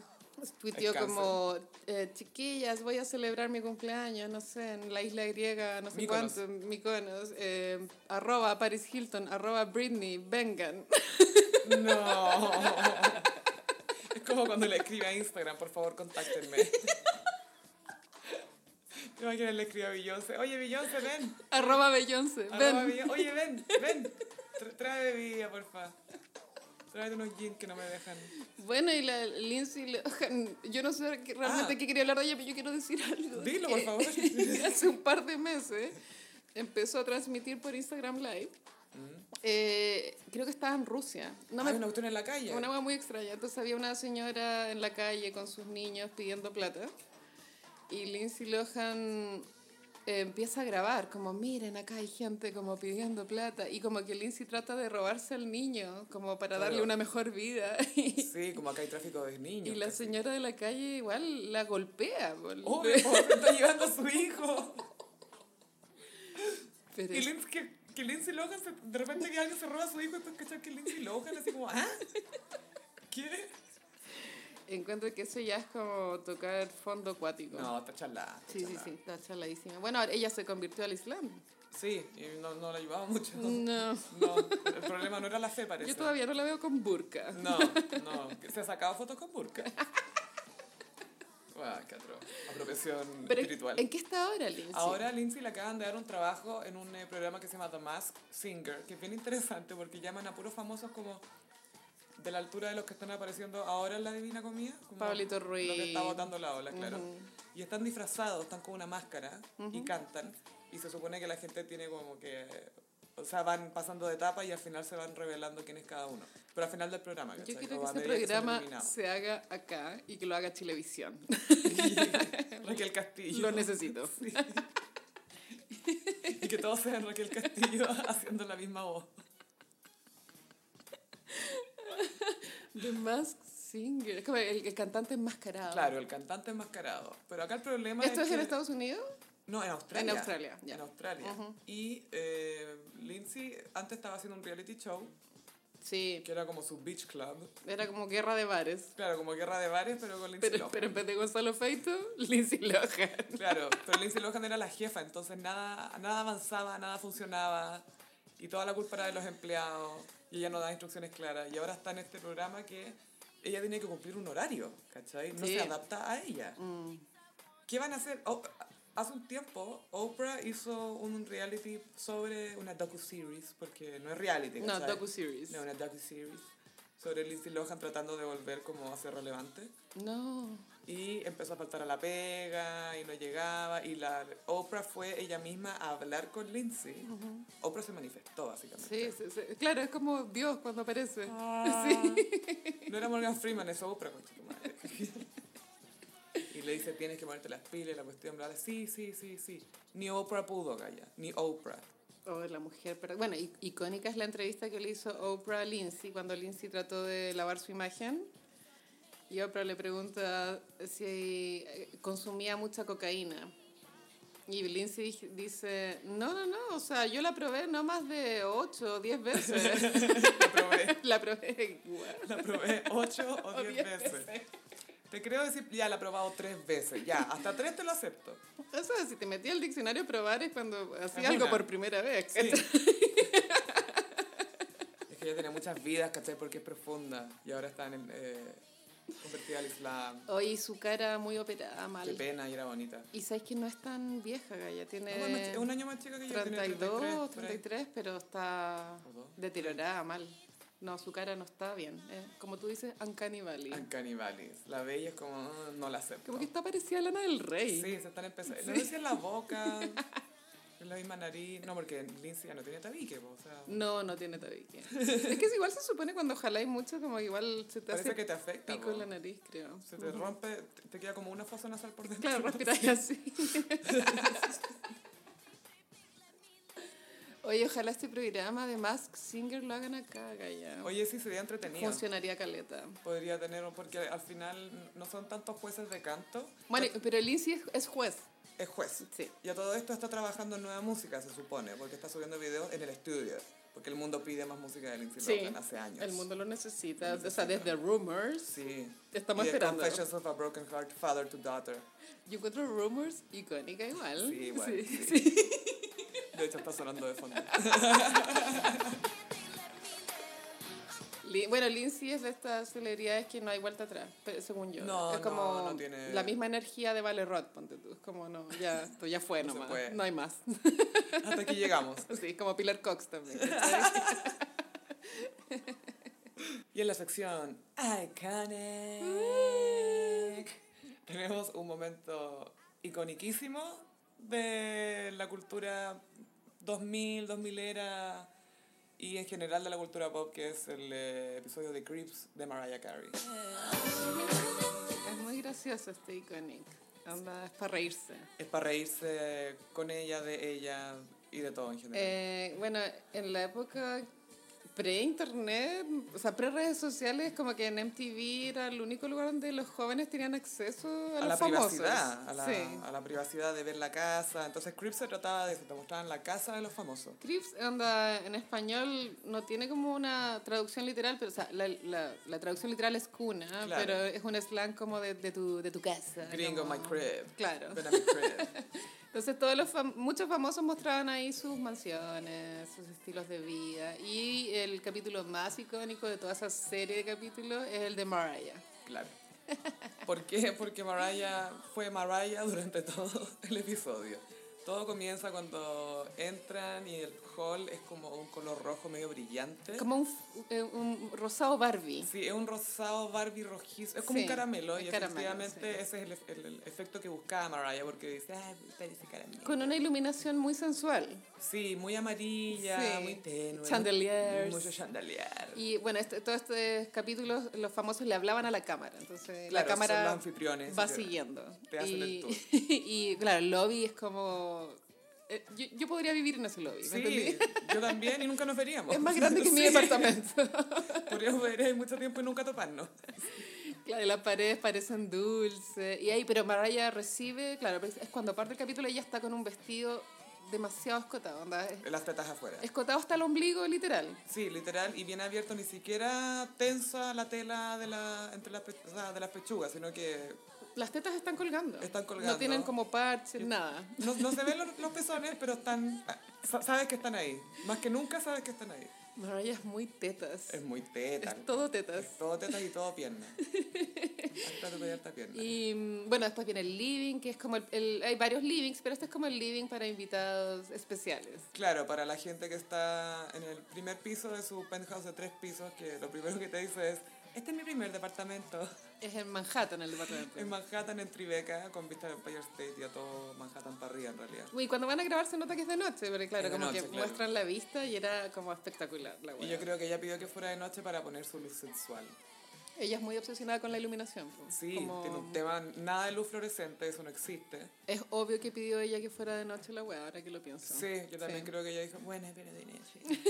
S2: Tuiteó
S1: Es cáncer.
S2: como, eh, chiquillas, voy a celebrar mi cumpleaños, no sé, en la isla griega, no sé
S1: Mykonos.
S2: cuánto, en Mykonos, eh, arroba Paris Hilton, arroba Britney, vengan.
S1: No. es como cuando le escribe a Instagram, por favor, contáctenme. Yo me imagino le escribe a Beyoncé, oye Beyoncé, ven.
S2: arroba Beyoncé,
S1: Arroba
S2: ven.
S1: Beyoncé. Oye, ven, ven. Tra- Trae bebida, porfa. Trae unos jeans que no me dejan.
S2: Bueno, y la Lindsay Lohan, yo no sé qué- realmente
S1: Ah.
S2: qué quería hablar de ella, pero yo quiero decir algo.
S1: Dilo, por
S2: Que
S1: favor.
S2: Hace un par de meses empezó a transmitir por Instagram Live.
S1: Mm.
S2: Eh, creo que estaba en Rusia. No me
S1: Ah, Hay una cuestión en la calle.
S2: Una hueá muy extraña. Entonces había una señora en la calle con sus niños pidiendo plata. Y Lindsay Lohan eh, empieza a grabar, como miren, acá hay gente como pidiendo plata. Y como que Lindsay trata de robarse al niño, como para darle
S1: Claro.
S2: una mejor vida. Y,
S1: Sí, como acá hay tráfico de niños. pues.
S2: y la
S1: casi.
S2: señora de la calle igual la golpea. bol-
S1: Obvio, pobre, está llevando a su hijo.
S2: Pero-
S1: Y Lindsay, que, que Lindsay Lohan, se- de repente que alguien se roba a su hijo, entonces cachar que Lindsay Lohan, así como, ¿ah? ¿Qué?
S2: encuentro que eso ya es como tocar fondo acuático.
S1: No, está chalada. está
S2: Sí, sí,
S1: chalada.
S2: sí, está chaladísima. Bueno, ahora ella se convirtió al Islam.
S1: Sí, y no, no la ayudaba mucho. No.
S2: No.
S1: el problema no era la fe, parece.
S2: Mm. Yo todavía no la veo con burka.
S1: No, no, que se ha sacado fotos con burka. Guau, qué atroz. Apropiación
S2: Pero,
S1: espiritual.
S2: ¿En qué está ahora, Lindsay?
S1: Ahora a Lindsay le acaban de dar un trabajo en un eh, programa que se llama The Mask Singer, que es bien interesante porque llaman a puros famosos como de la altura de los que están apareciendo ahora en la Divina Comida. Como
S2: Pablito Ruiz.
S1: Lo que está botando la ola, claro.
S2: Ujú.
S1: Y están disfrazados, están con una máscara y cantan. Y se supone que la gente tiene como que... O sea, van pasando de etapa y al final se van revelando quién es cada uno. Pero al final del programa, ¿cachai?
S2: Yo quiero
S1: O
S2: que
S1: a
S2: ese
S1: medida que sean
S2: programa
S1: eliminados.
S2: se haga acá y que lo haga Chilevisión.
S1: Raquel Castillo.
S2: Lo necesito.
S1: Sí. Y que todos sean Raquel Castillo haciendo la misma voz.
S2: The Mask Singer. Es como el, el cantante enmascarado.
S1: Claro, el cantante enmascarado. Pero acá el problema
S2: Ah. ¿Esto es
S1: que-
S2: en Estados Unidos?
S1: No, en Australia.
S2: En Australia, ya.
S1: En Australia.
S2: Ujú.
S1: Y eh, Lindsay antes estaba haciendo un reality show
S2: Sí.
S1: que era como su beach club.
S2: Era como guerra de bares.
S1: Claro, como guerra de bares, pero con Lindsay
S2: Pero,
S1: Lohan.
S2: pero en vez de Gonzalo Feito, Lindsay Lohan.
S1: Claro, pero Lindsay Lohan era la jefa, entonces nada, nada avanzaba, nada funcionaba y toda la culpa era de los empleados y ella no daba instrucciones claras y ahora está en este programa que ella tiene que cumplir un horario, ¿cachai? No
S2: Sí.
S1: se adapta a ella.
S2: Mm.
S1: ¿Qué van a hacer? Oh, hace un tiempo Oprah hizo un reality sobre una docu-series, porque no es reality,
S2: No,
S1: ¿cachai?
S2: docu-series.
S1: No, una docu-series sobre Lindsay Lohan tratando de volver como a ser relevante.
S2: No.
S1: Y empezó a faltar a la pega y no llegaba. Y la Oprah fue ella misma a hablar con Lindsay. Oprah se manifestó,
S2: Sí,
S1: básicamente.
S2: sí, sí. claro, es como Dios cuando aparece.
S1: Ah. No era Morgan Freeman, es Oprah, concha tu madre. Y le dice, tienes que ponerte las pilas, y la cuestión, bla, bla. Sí, sí, sí, sí. Ni Oprah pudo, Gaya. Ni Oprah.
S2: Oh, la mujer, pero bueno, i- icónica es la entrevista que le hizo Oprah a Lindsay cuando Lindsay trató de lavar su imagen Y Oprah le pregunta si eh, consumía mucha cocaína. Y Lindsay dice, no, no, no, o sea, yo la probé no más de 8 o 10 veces.
S1: La probé.
S2: la probé igual.
S1: La probé ocho o
S2: O
S1: diez
S2: diez
S1: veces. Te creo decir, ya la he probado tres veces. Ya, hasta tres te lo acepto.
S2: O sea, si te metí al diccionario probar es cuando
S1: Amiga.
S2: hacía algo por primera vez.
S1: Sí. es que ella tenía muchas vidas, ¿cachai? Porque es profunda. Y ahora está en, eh, convertida al Islam.
S2: Oye, y su cara muy operada,
S1: Qué
S2: mal.
S1: pena, y era bonita.
S2: Y sabes que no es tan vieja, Gaya. Tiene
S1: No, bueno, es un año más chica que yo. tenía 33,
S2: 32,
S1: por ahí.
S2: 33, pero está
S1: ¿O dos?
S2: deteriorada mal. No, su cara no está bien. Eh, como tú dices, uncanny valley.
S1: Uncanny Valley. La bella es como, "Ah, no la acepto.
S2: Como que está parecida a Lana del Rey.
S1: Sí, se están empezando. No sé si en la boca, en la misma nariz. No, porque Lindsay ya no tenía tabique, po, o sea.
S2: No, no tiene tabique. es que es igual se supone cuando jaláis mucho, como que igual se te
S1: Parece
S2: hace
S1: que te afecta.
S2: pico en
S1: po.
S2: la nariz, creo.
S1: Se te rompe, te- te queda como una fosa nasal por dentro.
S2: Claro, respiráis así. Oye, ojalá este programa de Mask Singer lo hagan acá, Gaya.
S1: Oye, sí, sería entretenido.
S2: Funcionaría caleta.
S1: Podría tener, un- porque al final no son tantos jueces de canto,
S2: Bueno, pero Lindsay es, es juez.
S1: es juez.
S2: Sí.
S1: Y a todo esto está trabajando en nueva música, se supone, porque está subiendo videos en el estudio. Porque el mundo pide más música de Lindsay
S2: Sí.
S1: Lohan hace años.
S2: El mundo lo necesita.
S1: Lo
S2: O sea, desde Rumors.
S1: Sí.
S2: Estamos
S1: Y de
S2: esperando.
S1: Confessions of a Broken Heart, Father to Daughter.
S2: Yo encuentro Rumors icónica igual.
S1: Sí, igual,
S2: Sí,
S1: sí.
S2: sí.
S1: De hecho, está sonando de fondo.
S2: Li- Bueno, Lindsay es de estas celebridades que no hay vuelta atrás, pe- según yo.
S1: No,
S2: es como
S1: no, no tiene-
S2: la misma energía de Vale Roth, ponte tú. Es como, no, ya, esto ya fue
S1: No se
S2: nomás.
S1: puede.
S2: No hay más.
S1: Hasta aquí llegamos.
S2: Sí, como Pilar Cox también. ¿cachai?
S1: Y en la sección Iconic
S2: Mm.
S1: tenemos un momento iconiquísimo de la cultura 2000, 2000 era y en general de la cultura pop que es el eh, episodio de Creeps de Mariah Carey.
S2: es muy gracioso este iconic. Anda, es para reírse.
S1: Es para reírse con ella, de ella y de todo en general.
S2: Eh, bueno, en la época pre-internet, o sea, pre-redes sociales, como que en MTV era el único lugar donde los jóvenes tenían acceso a,
S1: a
S2: los
S1: la
S2: famosos.
S1: privacidad, a la,
S2: Sí.
S1: a la privacidad de ver la casa. Entonces Creeps se trataba de eso, te mostraban la casa de los famosos.
S2: Crips, onda, en español no tiene como una traducción literal, pero o sea, la, la, la traducción literal es cuna,
S1: Claro.
S2: pero es un slang como de, de, tu, de tu casa.
S1: Gringo,
S2: como-
S1: my crib.
S2: Claro.
S1: Ven a mi crib.
S2: Entonces todos los fam- muchos famosos mostraban ahí sus mansiones, sus estilos de vida. Y el capítulo más icónico de toda esa serie de capítulos es el de Mariah.
S1: Claro. ¿Por qué? Porque Mariah fue Mariah durante todo el episodio. Todo comienza cuando entran y el hall es como un color rojo medio brillante.
S2: Como un, f- eh, un rosado Barbie.
S1: Sí, es un rosado Barbie rojizo. Es como
S2: Sí,
S1: un caramelo y
S2: es caramelo,
S1: efectivamente
S2: sí.
S1: ese es el, ef- el- el efecto que buscaba Mariah porque dice, ah, está ese caramelo.
S2: Con una iluminación muy sensual.
S1: Sí, muy amarilla,
S2: Sí.
S1: muy tenue.
S2: Chandeliers.
S1: Mucho chandelier.
S2: Y bueno, este- todos estos capítulos los famosos le hablaban a la cámara. Entonces
S1: Claro,
S2: la
S1: son los
S2: cámara
S1: anfitriones.
S2: va
S1: que-
S2: siguiendo.
S1: te hacen el
S2: y,
S1: tour.
S2: y claro, el lobby es como... eh, Yo, yo podría vivir en ese lobby, ¿me
S1: Sí,
S2: entendí?
S1: yo también y nunca nos veríamos.
S2: Es más grande que mi
S1: Sí.
S2: departamento.
S1: Podríamos ver ahí mucho tiempo y nunca toparnos.
S2: Claro, y las paredes parecen dulces. Y ahí, pero Mariah recibe, claro, pues es cuando parte el capítulo, ella está con un vestido demasiado escotado, onda, es-
S1: Las tetas afuera.
S2: Escotado hasta el ombligo, literal.
S1: Sí, literal, y bien abierto, ni siquiera tensa la tela de, la, entre las pe- o sea, de las pechugas, sino que
S2: Las tetas están colgando.
S1: Están colgando.
S2: No tienen como parches, nada.
S1: no, no se ven los, los pezones, pero están, ah, sa- sabes que están ahí. Más que nunca sabes que están ahí.
S2: Mariah es muy tetas.
S1: Es muy teta.
S2: Es todo tetas.
S1: Es todo tetas y todo pierna. Hasta tu harta pierna.
S2: Y mm, bueno, después viene el living, que es como el, el- Hay varios livings, pero este es como el living para invitados especiales.
S1: Claro, para la gente que está en el primer piso de su penthouse de tres pisos, que lo primero que te dice es, este es mi primer departamento.
S2: Es en Manhattan el departamento.
S1: En Manhattan, en Tribeca, con vista al Empire State y a todo Manhattan para arriba en realidad.
S2: Y cuando van a grabar se nota que es de noche, pero claro,
S1: Es de
S2: como
S1: noche,
S2: que
S1: claro.
S2: muestran la vista y era como espectacular la
S1: Y
S2: wea.
S1: yo creo que ella pidió que fuera de noche para poner su luz sensual.
S2: Ella es muy obsesionada con la iluminación. po.
S1: Sí,
S2: Como-
S1: tiene un tema, nada de luz fluorescente, eso no existe.
S2: Es obvio que pidió ella que fuera de noche la wea, ahora que lo pienso.
S1: Sí, yo también
S2: Sí.
S1: creo que ella dijo, bueno, pero de noche.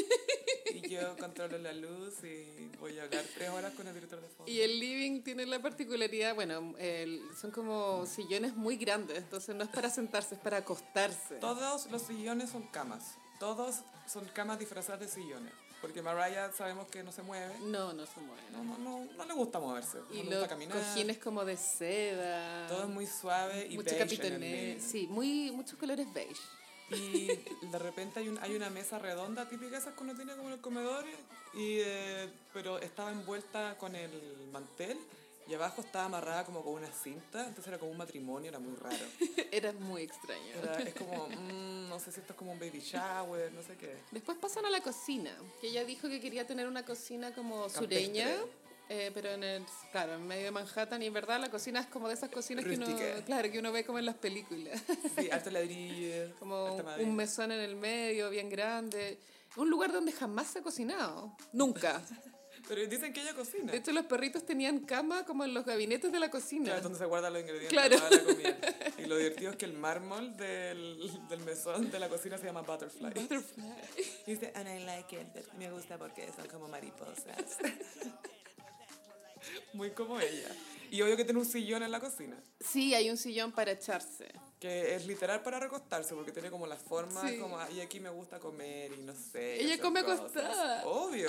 S1: Y yo controlo la luz y voy a hablar tres horas con el director de foto.
S2: Y el living tiene la particularidad, bueno, el- son como sillones muy grandes, entonces no es para sentarse, es para acostarse.
S1: Todos los sillones son camas. Todos son camas disfrazadas de sillones. Porque Mariah sabemos que no se mueve.
S2: No, no se mueven.
S1: No, no, no, no le gusta moverse. no le
S2: Y
S1: gusta
S2: los
S1: caminar.
S2: cojines como de seda.
S1: Todo es muy suave y
S2: mucho
S1: beige en el
S2: capitoné.
S1: living.
S2: Sí, muy, muchos colores beige.
S1: Y de repente hay, un- hay una mesa redonda típica, esas que uno tiene como en los comedores, y, eh, pero estaba envuelta con el mantel y abajo estaba amarrada como con una cinta, entonces era como un matrimonio, era muy raro.
S2: Era muy extraño.
S1: Era- es como, mm, no sé si esto es como un baby shower, no sé qué.
S2: Después pasan a la cocina, que ella dijo que quería tener una cocina como
S1: Campestre.
S2: sureña, eh, pero en el, claro, en medio de Manhattan, y en verdad la cocina es como de esas cocinas que uno,
S1: Rústica.
S2: claro, que uno ve como en las películas,
S1: Sí, harto ladrillo,
S2: como
S1: harta
S2: un,
S1: madera.
S2: un mesón en el medio, bien grande, un lugar donde jamás se ha cocinado, nunca.
S1: Pero dicen que ella cocina,
S2: De hecho, los perritos tenían cama como en los gabinetes de la
S1: claro,
S2: cocina.
S1: es donde se guardan los ingredientes
S2: Claro.
S1: para la comida. Y lo divertido es que el mármol del, del mesón de la cocina se llama butterfly.
S2: Butterfly.
S1: Y dice, and I like it. Me gusta porque son como mariposas. Muy como ella. Y obvio que tiene un sillón en la cocina,
S2: Sí, hay un sillón para echarse.
S1: que es literal para recostarse, porque tiene como las formas,
S2: Sí.
S1: como, y aquí me gusta comer, y no sé. y
S2: Ella
S1: hacer
S2: come
S1: cosas".
S2: acostada.
S1: Obvio.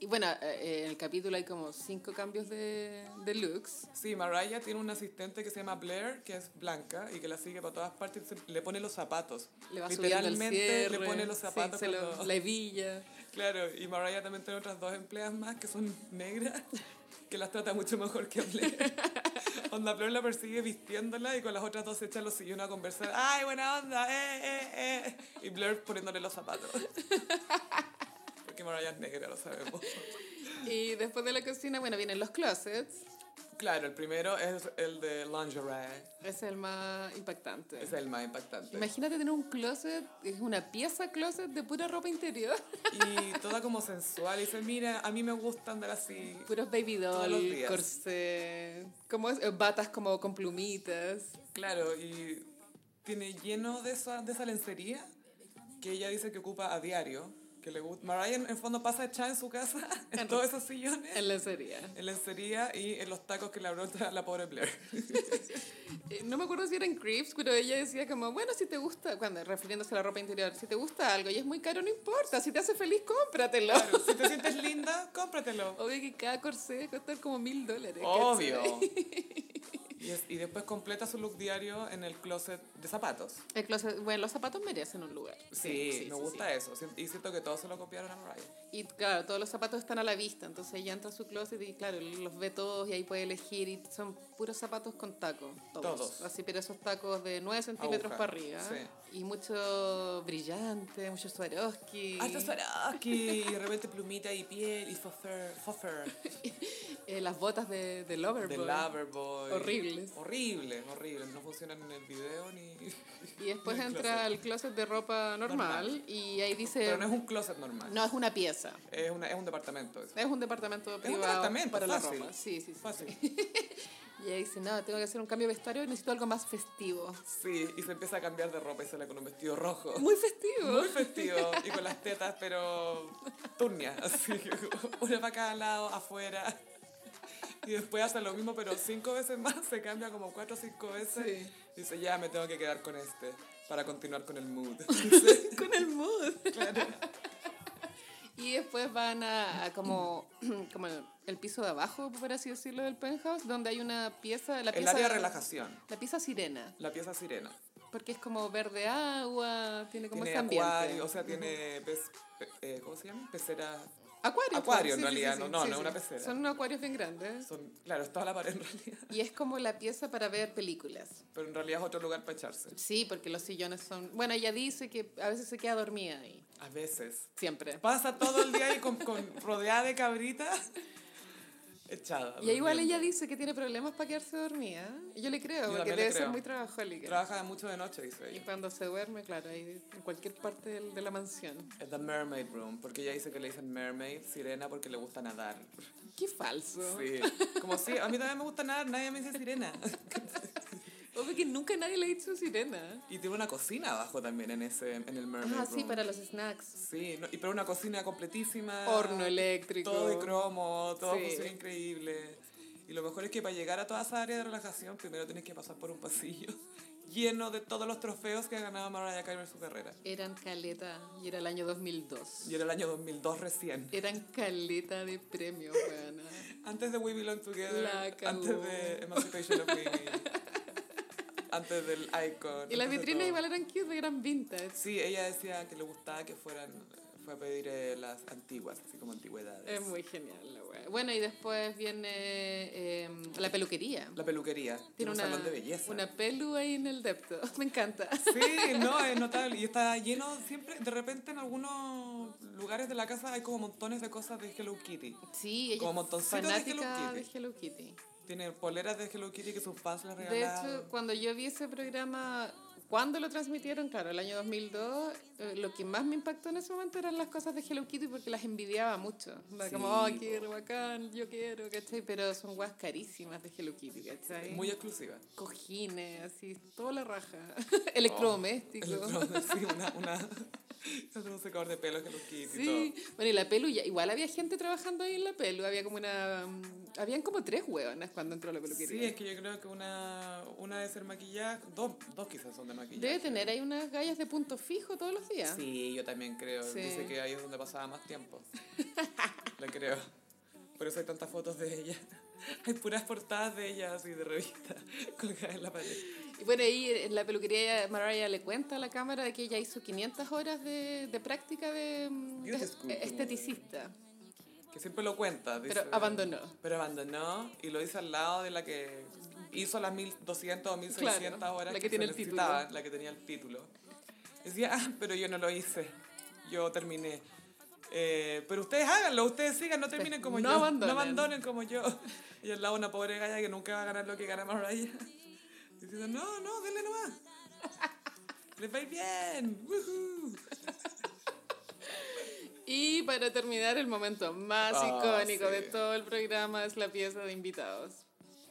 S2: Y bueno, eh, en el capítulo hay como cinco cambios de, de looks.
S1: Sí, Mariah tiene un asistente que se llama Blair, que es blanca, y que la sigue para todas partes, y se- le pone los zapatos.
S2: Le va subiendo el
S1: Literalmente
S2: cierre,
S1: le pone los
S2: sí,
S1: zapatos.
S2: se lo-
S1: cuando-
S2: la hebilla.
S1: Claro, y Mariah también tiene otras dos empleadas más que son negras, que las trata mucho mejor que Blair. Onda Blair la persigue vistiéndola y con las otras dos se echa a los sillones a conversar. ¡Ay, buena onda! ¡Eh, eh, eh! Y Blair poniéndole los zapatos. Porque Mariah es negra, lo sabemos.
S2: Y después de la cocina, bueno, vienen los closets.
S1: Claro, el primero es el de lingerie.
S2: Es el más impactante.
S1: Es el más impactante.
S2: Imagínate tener un closet, es una pieza closet de pura ropa interior.
S1: Y toda como sensual. Y dice, mira, a mí me gusta andar así.
S2: Puros baby
S1: Todos los
S2: doll,
S1: días.
S2: corsé, como es- eh, batas como con plumitas.
S1: Claro, y tiene lleno de esa, de esa lencería que ella dice que ocupa a diario, que le gusta. Mariah en el fondo pasa echada en su casa, en
S2: En-
S1: todos esos sillones,
S2: En lencería.
S1: en lencería y en los tacos que le brota la pobre Blair.
S2: Eh, No me acuerdo si eran Crips, pero ella decía como, bueno, si te gusta, cuando refiriéndose a la ropa interior, si te gusta algo y es muy caro, no importa, si te hace feliz, cómpratelo.
S1: Claro, si te sientes linda, cómpratelo.
S2: Obvio que cada corsé debe costar como mil dólares.
S1: Obvio.
S2: ¿cachai?
S1: Y, es- y después completa su look diario en el closet de zapatos.
S2: El closet- bueno, los zapatos merecen un lugar.
S1: Sí, me
S2: sí,
S1: gusta
S2: sí.
S1: eso. Si- Y siento que todos se lo copiaron a Mariah.
S2: Y claro, todos los zapatos están a la vista, entonces ella entra a su closet y claro, los ve todos y ahí puede elegir y son puros zapatos con tacos. Todos.
S1: Todos.
S2: Así, pero esos tacos de 9 centímetros
S1: Aguja,
S2: para arriba.
S1: sí.
S2: Y mucho brillante, mucho Swarovski.
S1: Harto Swarovski, y de repente plumita y piel y fofer, fofer.
S2: Eh, las botas de, de Loverboy.
S1: De Loverboy.
S2: Horribles.
S1: Horribles, horribles. No funcionan en el video ni.
S2: Y después
S1: ni en el
S2: entra
S1: closet.
S2: al closet de ropa normal,
S1: Normal.
S2: y ahí dice...
S1: Pero no es un closet normal.
S2: No, es una pieza.
S1: Es, una, es un departamento. eso.
S2: Es un departamento privado
S1: departamento,
S2: para
S1: fácil.
S2: la ropa. Sí, sí, sí.
S1: Fácil.
S2: Y ella dice, no, tengo que hacer un cambio de vestuario, necesito algo más festivo.
S1: Sí, y se empieza a cambiar de ropa y sale con un vestido rojo.
S2: Muy festivo.
S1: Muy festivo. Y con las tetas, pero turnias. Así, una para cada lado, afuera. Y después hace lo mismo, pero cinco veces más. Se cambia como cuatro o cinco veces.
S2: Sí.
S1: Dice, ya me tengo que quedar con este para continuar con el mood.
S2: Con el mood. Y después van a, a como, como el, el piso de abajo, por así decirlo, del penthouse, donde hay una pieza, la
S1: El
S2: pieza,
S1: área de relajación.
S2: la pieza sirena,
S1: La pieza sirena.
S2: porque es como verde agua, tiene como
S1: tiene
S2: ese ambiente.
S1: acuario, o sea, tiene pez, pe- eh, ¿cómo se llama? Pecera.
S2: acuario,
S1: acuario,
S2: pues,
S1: en realidad, no, no, no es una pecera.
S2: Son unos acuarios bien grandes.
S1: Son, claro, es toda la pared en realidad,
S2: Y es como la pieza para ver películas.
S1: pero en realidad es otro lugar para echarse.
S2: Sí, porque los sillones son... Bueno, ella dice que a veces se queda dormida ahí.
S1: A veces.
S2: Siempre.
S1: Pasa todo el día ahí con, con- rodeada de cabritas, echada.
S2: Y ahí igual
S1: durmiendo.
S2: ella dice que tiene problemas para quedarse dormida. Y Yo le creo,
S1: Yo
S2: porque
S1: también le
S2: debe ser
S1: creo.
S2: muy trabajólica.
S1: Trabaja mucho de noche, dice
S2: y
S1: ella.
S2: cuando se duerme, claro, ahí en cualquier parte del- de, la mansión.
S1: Es The Mermaid Room, porque ella dice que le dicen mermaid, sirena, porque le gusta nadar.
S2: Qué falso.
S1: Sí. Como si, a mí también me gusta nadar, nadie me dice sirena.
S2: Obvio que nunca nadie le ha dicho sirena.
S1: Y tiene una cocina abajo también en, ese, en el Mermaid
S2: Ah, sí,
S1: Room.
S2: para los snacks.
S1: Sí, no, y pero una cocina completísima.
S2: Horno eléctrico.
S1: Todo de cromo, todo
S2: Sí.
S1: funciona increíble. Y lo mejor es que para llegar a toda esa área de relajación, primero tienes que pasar por un pasillo lleno de todos los trofeos que ha ganado Mariah Carey en su carrera.
S2: Eran caleta, y era el año 2002.
S1: Y era el año 2002 recién.
S2: Eran caleta de premios, weona.
S1: Antes de We Belong Together,
S2: La
S1: antes
S2: cagó.
S1: de Emancipation of Mimi, antes del Icon.
S2: Y las
S1: antes de
S2: vitrinas
S1: todo.
S2: igual eran cute, eran vintage.
S1: Sí, ella decía que le gustaba que fueran, fue a pedir eh, las antiguas, así como antigüedades.
S2: Es muy genial la wea. Bueno, y después viene eh, la peluquería.
S1: La peluquería, tiene un salón de belleza.
S2: una pelu ahí en el depto. Me encanta.
S1: Sí, no, es notable. Y está lleno siempre, de repente en algunos lugares de la casa hay como montones de cosas de Hello Kitty.
S2: Sí, ella
S1: Como
S2: es
S1: montoncito de
S2: fanática
S1: Hello
S2: de
S1: Kitty.
S2: Hello Kitty.
S1: Tiene poleras de Hello Kitty que sus fans le
S2: De hecho,
S1: regalaron.
S2: cuando yo vi ese programa, cuando lo transmitieron, claro, el año 2002, eh, lo que más me impactó en ese momento eran las cosas de Hello Kitty porque las envidiaba mucho. Era
S1: Sí,
S2: como, oh,
S1: po.
S2: qué bacán, yo quiero, ¿cachai? Pero son guas carísimas de Hello Kitty, ¿cachai?
S1: Muy exclusiva.
S2: Cojines, así, toda la raja. Electrodomésticos.
S1: Electrodomésticos, Sí, una, una, un secador de pelo Hello Kitty y todo.
S2: Sí, bueno, y la pelu, ya- igual había gente trabajando ahí en la pelu, había como una... mm, Habían como tres hueonas cuando entró la peluquería.
S1: Sí, es que yo creo que una, una debe ser maquillaje, dos, dos quizás son de maquillaje.
S2: Debe tener ahí unas gallas de punto fijo todos los días.
S1: Sí, yo también creo.
S2: Sí.
S1: Dice que ahí es donde pasaba más tiempo. Le creo. Por eso hay tantas fotos de ella. Hay puras portadas de ella así de revista colgadas en la pared.
S2: Y bueno, ahí en la peluquería Mariah le cuenta a la cámara que ella hizo 500 horas de, de práctica de, mm,
S1: Beauty
S2: de
S1: school, como-
S2: esteticista,
S1: Que siempre lo cuenta. dice.
S2: pero abandonó.
S1: Pero abandonó y lo hizo al lado de la que hizo las 1200 o 1600
S2: Claro,
S1: horas
S2: la que tiene el título.
S1: necesitaban, la que tenía el título. Decía, ah, pero yo no lo hice. Yo terminé. Eh, pero ustedes háganlo, ustedes sigan, no terminen como
S2: no
S1: yo.
S2: abandonen.
S1: No abandonen como yo. Y al lado una pobre galla que nunca va a ganar lo que gana Mariah. Diciendo, no, no, denle nomás. Les va a ir bien. Woohoo.
S2: Y para terminar, el momento más
S1: Ah,
S2: icónico
S1: sí.
S2: de todo el programa es la pieza de invitados,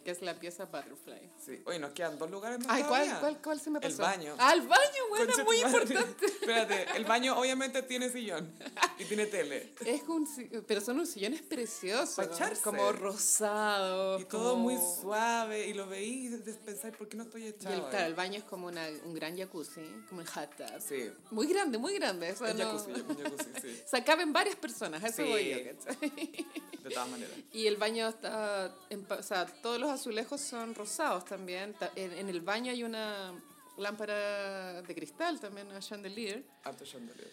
S2: que es la pieza Butterfly.
S1: Sí. Oye, nos quedan dos lugares más
S2: Ay, ¿cuál,
S1: Ah, todavía.
S2: cuál, cuál se me
S1: El
S2: pasó?
S1: baño.
S2: Ah, el baño, bueno,
S1: Concha tu
S2: muy
S1: madre.
S2: importante.
S1: Espérate, el baño obviamente tiene sillón y tiene tele.
S2: Es un, si- pero son unos sillones preciosos,
S1: Pa' echarse.
S2: como rosados.
S1: Y todo muy
S2: como-
S1: suave y lo veí y des- pensáis, ¿por qué no estoy
S2: Y el,
S1: echado?
S2: claro,
S1: ahí?"
S2: el baño es como una, un gran jacuzzi, como el hot tub.
S1: Sí,
S2: Muy grande, muy grande. Eso
S1: el
S2: no-
S1: jacuzzi, el jacuzzi, sí,
S2: O sea, caben varias personas, a eso
S1: Sí.
S2: voy yo, ¿cachai?
S1: de todas maneras.
S2: Y el baño está, en pa- o sea, todos los azulejos son rosados también. Ta- En, en el baño hay una lámpara de cristal también, una chandelier,
S1: Harto chandelier.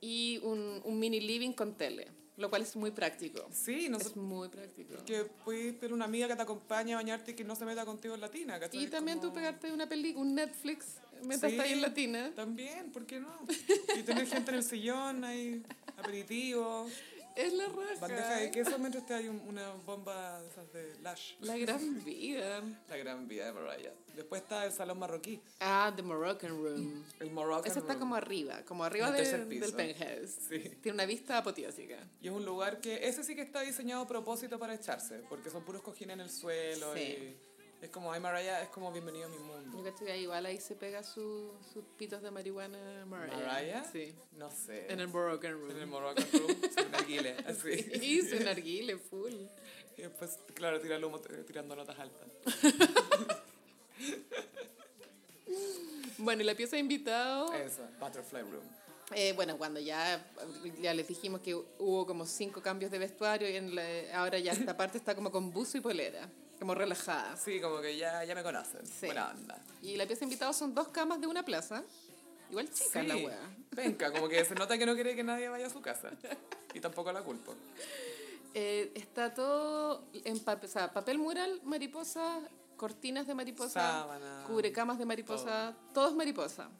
S2: y un, un mini living con tele, lo cual es muy práctico.
S1: Sí, no sé,
S2: Es muy práctico.
S1: que puedes tener una amiga que te acompañe a bañarte y que no se meta contigo en la tina, ¿cachai?
S2: Y también tú
S1: Como-
S2: pegarte una película, un Netflix, mientras
S1: Sí.
S2: estás ahí en Latina.
S1: También, ¿por qué no? Y tener gente en el sillón, hay aperitivo,
S2: Es la raja.
S1: bandeja de queso, mientras te hay un- una bomba de esas de Lash.
S2: La gran vida.
S1: La gran vida de Mariah. Después está el salón marroquí.
S2: Ah, The Moroccan Room.
S1: El Mm. Moroccan
S2: Ese está
S1: Room.
S2: como arriba, como arriba
S1: En el
S2: de-
S1: tercer piso.
S2: del penthouse.
S1: Sí.
S2: Tiene una vista apoteósica.
S1: Y es un lugar que ese sí que está diseñado a propósito para echarse, porque son puros cojines en el suelo
S2: Sí.
S1: y es como, ay Mariah, es como bienvenido a mi
S2: Yo
S1: mundo.
S2: que estoy ahí, igual ahí se pega su- sus pitos de marihuana Mariah.
S1: ¿Mariah?
S2: Sí.
S1: No sé.
S2: En el Moroccan
S1: en el
S2: Room.
S1: Moroccan Room, sin narguile, así.
S2: Y su narguile full.
S1: Y después, claro, tira el humo eh, tirando notas altas.
S2: Bueno, y la pieza de invitado.
S1: Eso, Butterfly Room.
S2: eh, bueno, cuando ya, ya les dijimos que hubo como cinco cambios de vestuario y en la- ahora ya esta parte está como con buzo y polera, como relajada.
S1: Sí, como que ya, ya me conocen.
S2: Ah. Sí.
S1: Buena onda.
S2: Y la pieza de invitado son dos camas de una plaza. Igual chica la wea.
S1: venga, como que se nota que no quiere que nadie vaya a su casa. Y tampoco la culpo.
S2: Eh, está todo en papel, o sea, papel mural, mariposa, cortinas de mariposa,
S1: Sábana.
S2: cubrecamas de mariposa,
S1: Oh.
S2: todo es mariposa.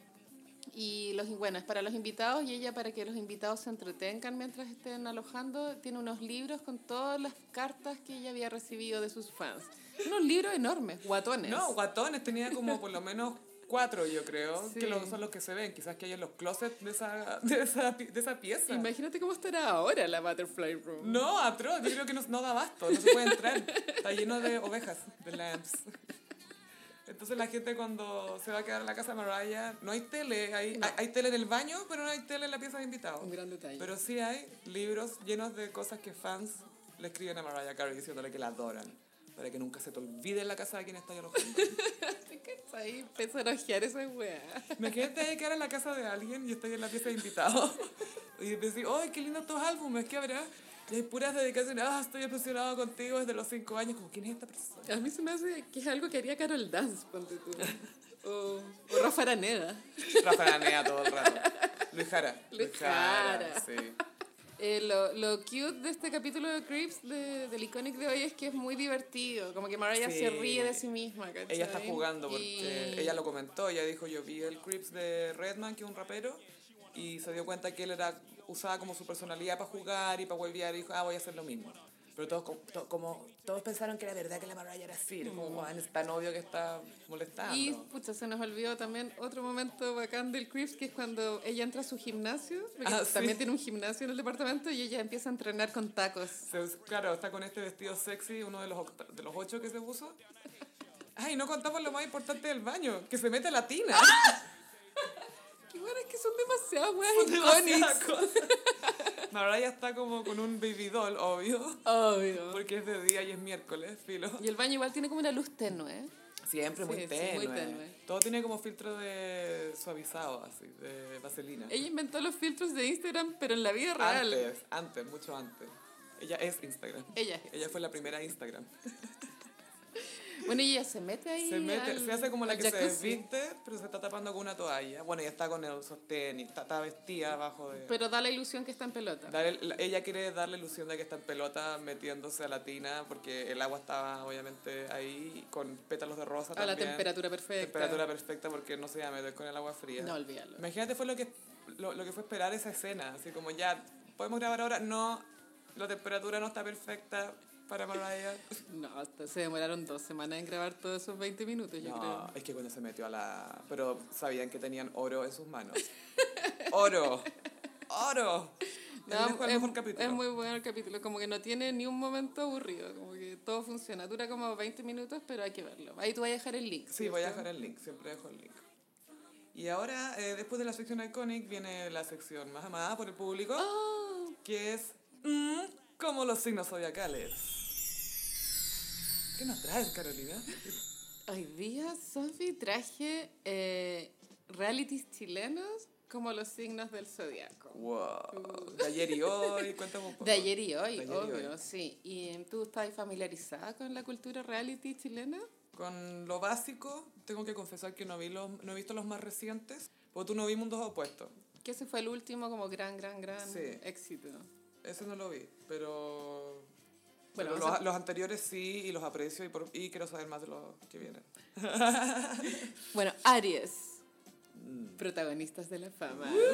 S2: Y los, bueno, es para los invitados y ella para que los invitados se entretengan mientras estén alojando. Tiene unos libros con todas las cartas que ella había recibido de sus fans. Unos libros enormes, guatones.
S1: No, guatones tenía como por lo menos cuatro, yo creo,
S2: Sí.
S1: que lo- son los que se ven. Quizás que hay en los closets de esa, de esa, pi- de esa pieza.
S2: Imagínate cómo estará ahora la Butterfly Room.
S1: no, atroz, yo creo que no, no da abasto, no se puede entrar. Está lleno de ovejas, de lambs. Entonces la gente cuando se va a quedar en la casa de Mariah, no hay tele, hay, hay, hay tele en el baño, pero no hay tele en la pieza de invitados.
S2: Un gran detalle.
S1: Pero sí hay libros llenos de cosas que fans le escriben a Mariah Carey diciéndole que la adoran. Para que nunca se te olvide en la casa de quien está alojando.
S2: ¿Te cachai? Empezar a ojear esa weá.
S1: Imagínate ahí que era en la casa de alguien y estoy en la pieza de invitados. Y pensé, ¡ay, qué lindos estos álbumes! ¿Qué habrá? Y hay puras dedicaciones. ¡Ah, estoy obsesionado contigo desde los 5 años! Como, ¿quién es esta persona?
S2: A mí se me hace que es algo que haría Carol Dance, ponte tú. O, o Rafa Araneda.
S1: Rafa Aranea todo el rato. Luis Jara.
S2: Luis Jara.
S1: Sí.
S2: Eh, lo, lo cute de este capítulo de Creeps, de, del Iconic de hoy, es que es muy divertido. Como que Mariah
S1: Sí.
S2: se ríe de sí misma, ¿cachai?
S1: Ella está jugando porque
S2: Y-
S1: ella lo comentó. Ella dijo, yo vi el Crips de Redman, que es un rapero, y se dio cuenta que él era usaba como su personalidad para jugar y para volver y dijo, ah, voy a hacer lo mismo. Pero todos, co- to- como, todos pensaron que era verdad que la Mariah era así. Era como, "Juan, es tan obvio que está molestando.
S2: Mm. Y pucha, se nos olvidó también otro momento bacán del Crips, que es cuando ella entra a su gimnasio, porque
S1: Ah, sí.
S2: también tiene un gimnasio en el departamento, y ella empieza a entrenar con tacos.
S1: Se- claro, está con este vestido sexy, uno de los, octa- de los ocho que se puso. Ay, no contamos lo más importante del baño, que se mete a la tina.
S2: Qué bueno, es que son demasiadas
S1: Son
S2: weas
S1: demasiadas
S2: icónicas.
S1: cosas. Mariah está como con un baby doll, obvio.
S2: Obvio.
S1: Porque es de día y es miércoles, filo.
S2: Y el baño igual tiene como una luz tenue.
S1: Siempre
S2: Sí,
S1: muy,
S2: sí,
S1: tenue.
S2: muy tenue.
S1: Todo tiene como filtro de suavizado, así, de vaselina.
S2: Ella inventó los filtros de Instagram, pero en la vida real.
S1: Antes, antes, mucho antes. Ella es Instagram.
S2: Ella.
S1: Ella fue la primera Instagram.
S2: Bueno, y ella se mete ahí.
S1: Se mete,
S2: al-
S1: se hace como la
S2: al
S1: que se
S2: jacuzzi.
S1: desviste, pero se está tapando con una toalla. Bueno, ella está con el sostén y está, está vestida abajo de...
S2: Pero da la ilusión que está en pelota.
S1: Dar el- la- ella quiere dar la ilusión de que está en pelota metiéndose a la tina porque el agua estaba obviamente ahí con pétalos de rosa
S2: a la
S1: también.
S2: temperatura perfecta.
S1: Temperatura perfecta porque no se iba a meter con el agua fría.
S2: No olvídalo.
S1: Imagínate fue lo que, lo, lo que fue esperar esa escena, así como ya, ¿podemos grabar ahora? No, la temperatura no está perfecta para Mariah.
S2: No, hasta se demoraron dos semanas en grabar todos esos 20 minutos, yo
S1: No, es que cuando se metió a la... Pero sabían que tenían oro en sus manos. ¡Oro! ¡Oro!
S2: creo. No,
S1: Él fue el mejor capítulo.
S2: es muy bueno el capítulo, como que no tiene ni un momento aburrido, como que todo funciona. Dura como 20 minutos, pero hay que verlo. Ahí tú vas a dejar el link.
S1: Sí, voy a
S2: ¿cierto?
S1: dejar el link, siempre dejo el link. Y ahora, eh, después de la sección Iconic, viene la sección más amada por el público,
S2: Oh,
S1: que es mm, como los signos zodiacales. ¿Qué nos traes, Carolina?
S2: hoy día, Sofi, traje eh, realities chilenos como los signos del zodiaco.
S1: Wow. De ayer y hoy, cuéntame un poco.
S2: De ayer y hoy,
S1: De ayer y
S2: obvio,
S1: hoy.
S2: sí. ¿Y em, tú estás familiarizada con la cultura reality chilena?
S1: Con lo básico, tengo que confesar que no, vi los, no he visto los más recientes, porque tú no vi Mundos Opuestos.
S2: Que ese fue el último como gran, gran, gran
S1: Sí.
S2: éxito.
S1: Ese no lo vi, pero...
S2: Bueno,
S1: pero
S2: vamos
S1: los,
S2: a-
S1: los anteriores sí, y los aprecio, y, por- y quiero saber más de los que vienen.
S2: Bueno, Aries, Mm. protagonistas de la fama.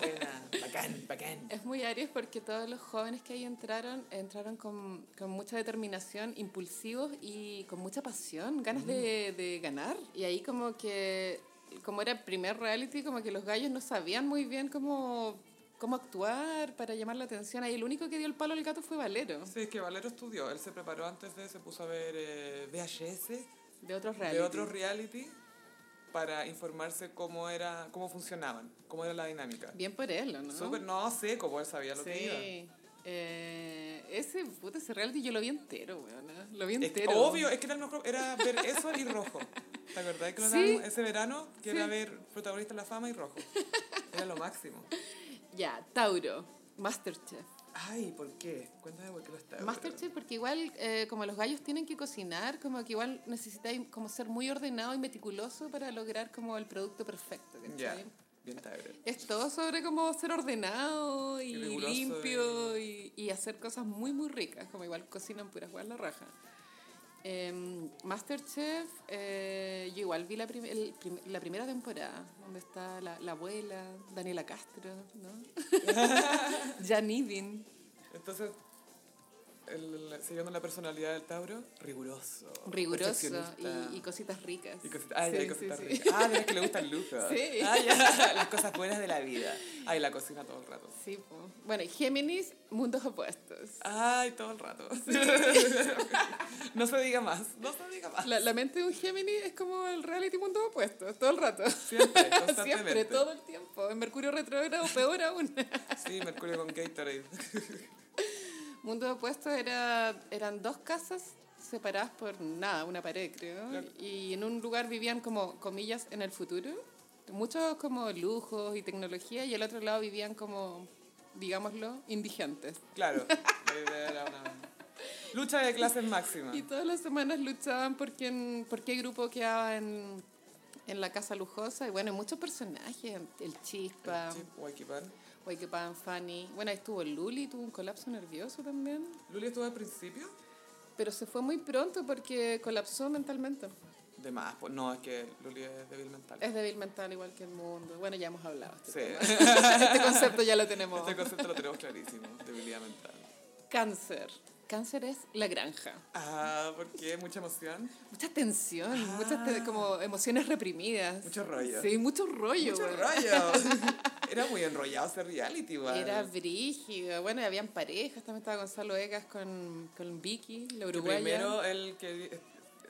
S1: Buena, bacán, bacán.
S2: Es muy Aries porque todos los jóvenes que ahí entraron, entraron con, con mucha determinación, impulsivos y con mucha pasión, ganas de,
S1: Mm.
S2: de ganar. Y ahí como que, como era el primer reality, como que los gallos no sabían muy bien cómo, cómo actuar para llamar la atención. Ahí el único que dio el palo al gato fue Valero,
S1: Sí, es que Valero estudió, él se preparó antes de, se puso a ver eh, VHS
S2: de otros reality.
S1: de otros reality para informarse cómo era, cómo funcionaban, cómo era la dinámica.
S2: bien por él, ¿o ¿no?
S1: Súper, no sé cómo él sabía lo
S2: sí.
S1: que iba.
S2: Eh, ese, puta, ese reality yo lo vi entero, weona. Lo vi
S1: Es que-
S2: entero.
S1: obvio, es que era el mejor, era ver eso y rojo. ¿Te acordás que lo
S2: Sí.
S1: daban ese verano? Que era
S2: Sí.
S1: ver protagonista de la fama y rojo. Era lo máximo.
S2: Ya, Tauro, Masterchef.
S1: Ay, ¿por qué? Cuéntame por qué lo está.
S2: Masterchef, porque igual, eh, como los gallos tienen que cocinar, como que igual necesitáis como ser muy ordenado y meticuloso para lograr como el producto perfecto, ¿cachai?
S1: Ya, bien tabre.
S2: Es todo sobre como ser ordenado y,
S1: Y riguroso
S2: limpio y... y hacer cosas muy, muy ricas, como igual cocinan puras huevas la raja. Em, Masterchef, eh, yo igual vi la, prim- el prim- la primera temporada, donde está la, la abuela, Daniela Castro, ¿no? Jan Ivin.
S1: Entonces, el- siguiendo la personalidad del Tauro, riguroso.
S2: Riguroso
S1: perfeccionista.
S2: y, y cositas ricas.
S1: Y cosita- ay,
S2: Sí,
S1: hay
S2: sí,
S1: cositas
S2: sí.
S1: ricas. Ah, mira que le gusta el lujo.
S2: Sí.
S1: Ah, ya, las cosas buenas de la vida. Ay, la cocina todo el rato.
S2: Sí, po. Bueno, y Géminis, mundos opuestos.
S1: Ay, todo el rato. no se diga más, no se diga más.
S2: La, la mente de un Géminis es como el reality mundos opuestos, todo el rato.
S1: Siempre, constantemente.
S2: Siempre, todo el tiempo. En Mercurio retrógrado, peor aún.
S1: Sí, Mercurio con Gatorade.
S2: Mundos opuestos era, eran dos casas separadas por nada, una pared, creo.
S1: Claro.
S2: Y en un lugar vivían como, comillas, en el futuro. Muchos como lujos y tecnología, y al otro lado vivían como, digámoslo, indigentes.
S1: Claro, la idea era una... Lucha de clases máxima.
S2: Y todas las semanas luchaban por, quién, por qué grupo quedaba en, en la casa lujosa. Y bueno, hay muchos personajes. El Chispa,
S1: El chip Huayquipán.
S2: Pan Fanny. Bueno, ahí estuvo Luli, tuvo un colapso nervioso también.
S1: ¿Luli estuvo al principio?
S2: Pero se fue muy pronto porque colapsó mentalmente.
S1: De más, pues no, es que Luli es débil mental.
S2: Es débil mental igual que el mundo. Bueno, ya hemos hablado. de
S1: Sí,
S2: Este,
S1: este
S2: tema. Este concepto ya lo tenemos.
S1: concepto lo tenemos clarísimo, debilidad mental.
S2: Cáncer. Cáncer es la granja.
S1: Ah, ¿por qué? Mucha emoción.
S2: Mucha tensión, muchas te-
S1: Ah.
S2: como emociones reprimidas.
S1: Mucho rollo.
S2: Sí, mucho rollo.
S1: Mucho
S2: weón.
S1: rollo. Era muy enrollado ese reality, weón.
S2: Era brígido. Bueno, y habían parejas. También estaba Gonzalo Egas con, con Vicky, la
S1: Que
S2: uruguaya.
S1: primero el que...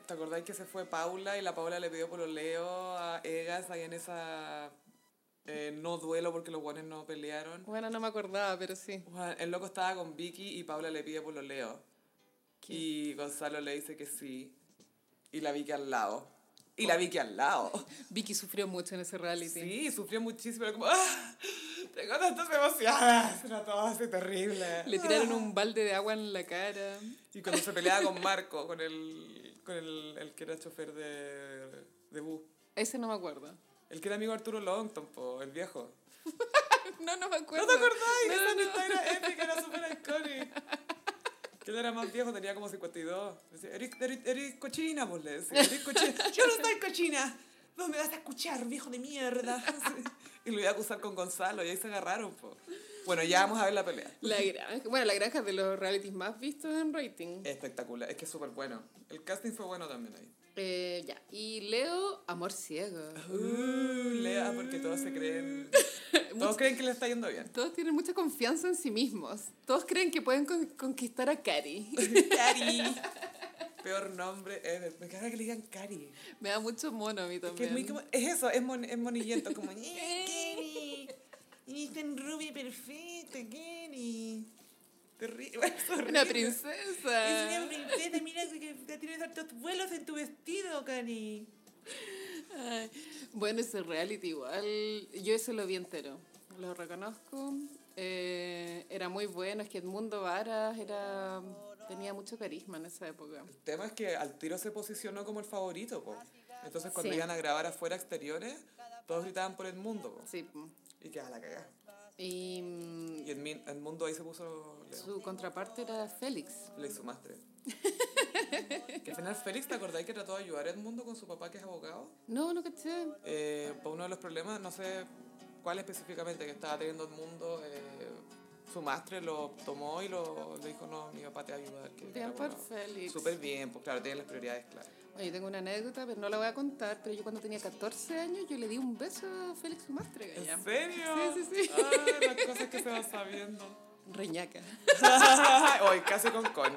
S1: ¿Te acordáis que se fue Paula y la Paula le pidió pololeo a Egas ahí en esa... eh, no duelo porque los guanes no pelearon.
S2: Bueno, no me acordaba, pero sí.
S1: Weón, el loco estaba con Vicky y Paula le pide pololeo.
S2: ¿Qué?
S1: Y Gonzalo le dice que sí. Y la Vicky al lado. Y la Vicky al lado.
S2: Vicky sufrió mucho en ese reality.
S1: Sí, sufrió muchísimo. Era como, ¡ah! Tengo tantas emociones. Era todo así terrible.
S2: Le tiraron un balde de agua en la cara.
S1: Y cuando se peleaba con Marco, con el, con el, el que era chofer de, de bus.
S2: Ese no me acuerdo.
S1: El que era amigo de Arturo Longton, po, el viejo.
S2: No, no me acuerdo.
S1: ¿No te acordáis?
S2: No,
S1: Esa
S2: no, no.
S1: amistad era épica, era súper icónica. Que él era más viejo, tenía como 52. Le Decía, eres, eres, eres cochina, pues le decía. Eres cochina. Yo no soy cochina. No me vas a escuchar, viejo de mierda. Y lo iba a acusar con Gonzalo y ahí se agarraron, po. Bueno, ya vamos a ver la pelea.
S2: La granja. Bueno, la granja es de los realities más vistos en rating.
S1: Espectacular, es que es súper bueno. El casting fue bueno también ahí.
S2: Eh, ya. Y Leo, amor ciego.
S1: Uh, Lea, porque todos se creen. Todos
S2: Mucho-
S1: creen que le está yendo bien.
S2: Todos tienen mucha confianza en sí mismos. Todos creen que pueden con- conquistar a Cari.
S1: Cari. Peor nombre ever. Me encanta que le digan Cari.
S2: Me da mucho mono a mí
S1: Es que
S2: también.
S1: es muy como. Es eso, es, mon, es monillento, como. "Eh, Cari. Y es tan rubia y perfecta, Cari. Terrible. Bueno, es
S2: Una
S1: horrible. Es una
S2: princesa.
S1: princesa, mira que- que que tienes hartos vuelos en tu vestido, Cari.
S2: Ay. Bueno, ese reality igual. Yo ese lo vi entero. Lo reconozco. Eh, era muy bueno. Es que Edmundo Varas era, tenía mucho carisma en esa época.
S1: El tema es que al tiro se posicionó como el favorito, po. Entonces cuando
S2: Sí.
S1: iban a grabar afuera exteriores, todos gritaban por el mundo, po.
S2: Sí. po.
S1: Y que a la cagada.
S2: Y mm,
S1: Y el, min- el mundo ahí se puso Leo.
S2: Su contraparte era Félix.
S1: Le sumaste. que al final Félix, ¿te acordáis que trató de ayudar a Edmundo con su papá que es abogado?
S2: No, no caché.
S1: Eh, por uno de los problemas, no sé cuál específicamente que estaba teniendo Edmundo, eh, su máster lo tomó y lo, le dijo, no, mi papá te va a ayudar. que eres
S2: Bien por
S1: abogado".
S2: Félix.
S1: Súper bien, pues claro, tiene las prioridades claras.
S2: Oye, tengo una anécdota, pero no la voy a contar. Pero yo cuando tenía 14 años, yo le di un beso a Félix Sumástrega. ya.
S1: ¿En serio?
S2: Sí, sí, sí.
S1: Ay, las cosas que se van sabiendo.
S2: Reñaca.
S1: Hoy casi con con.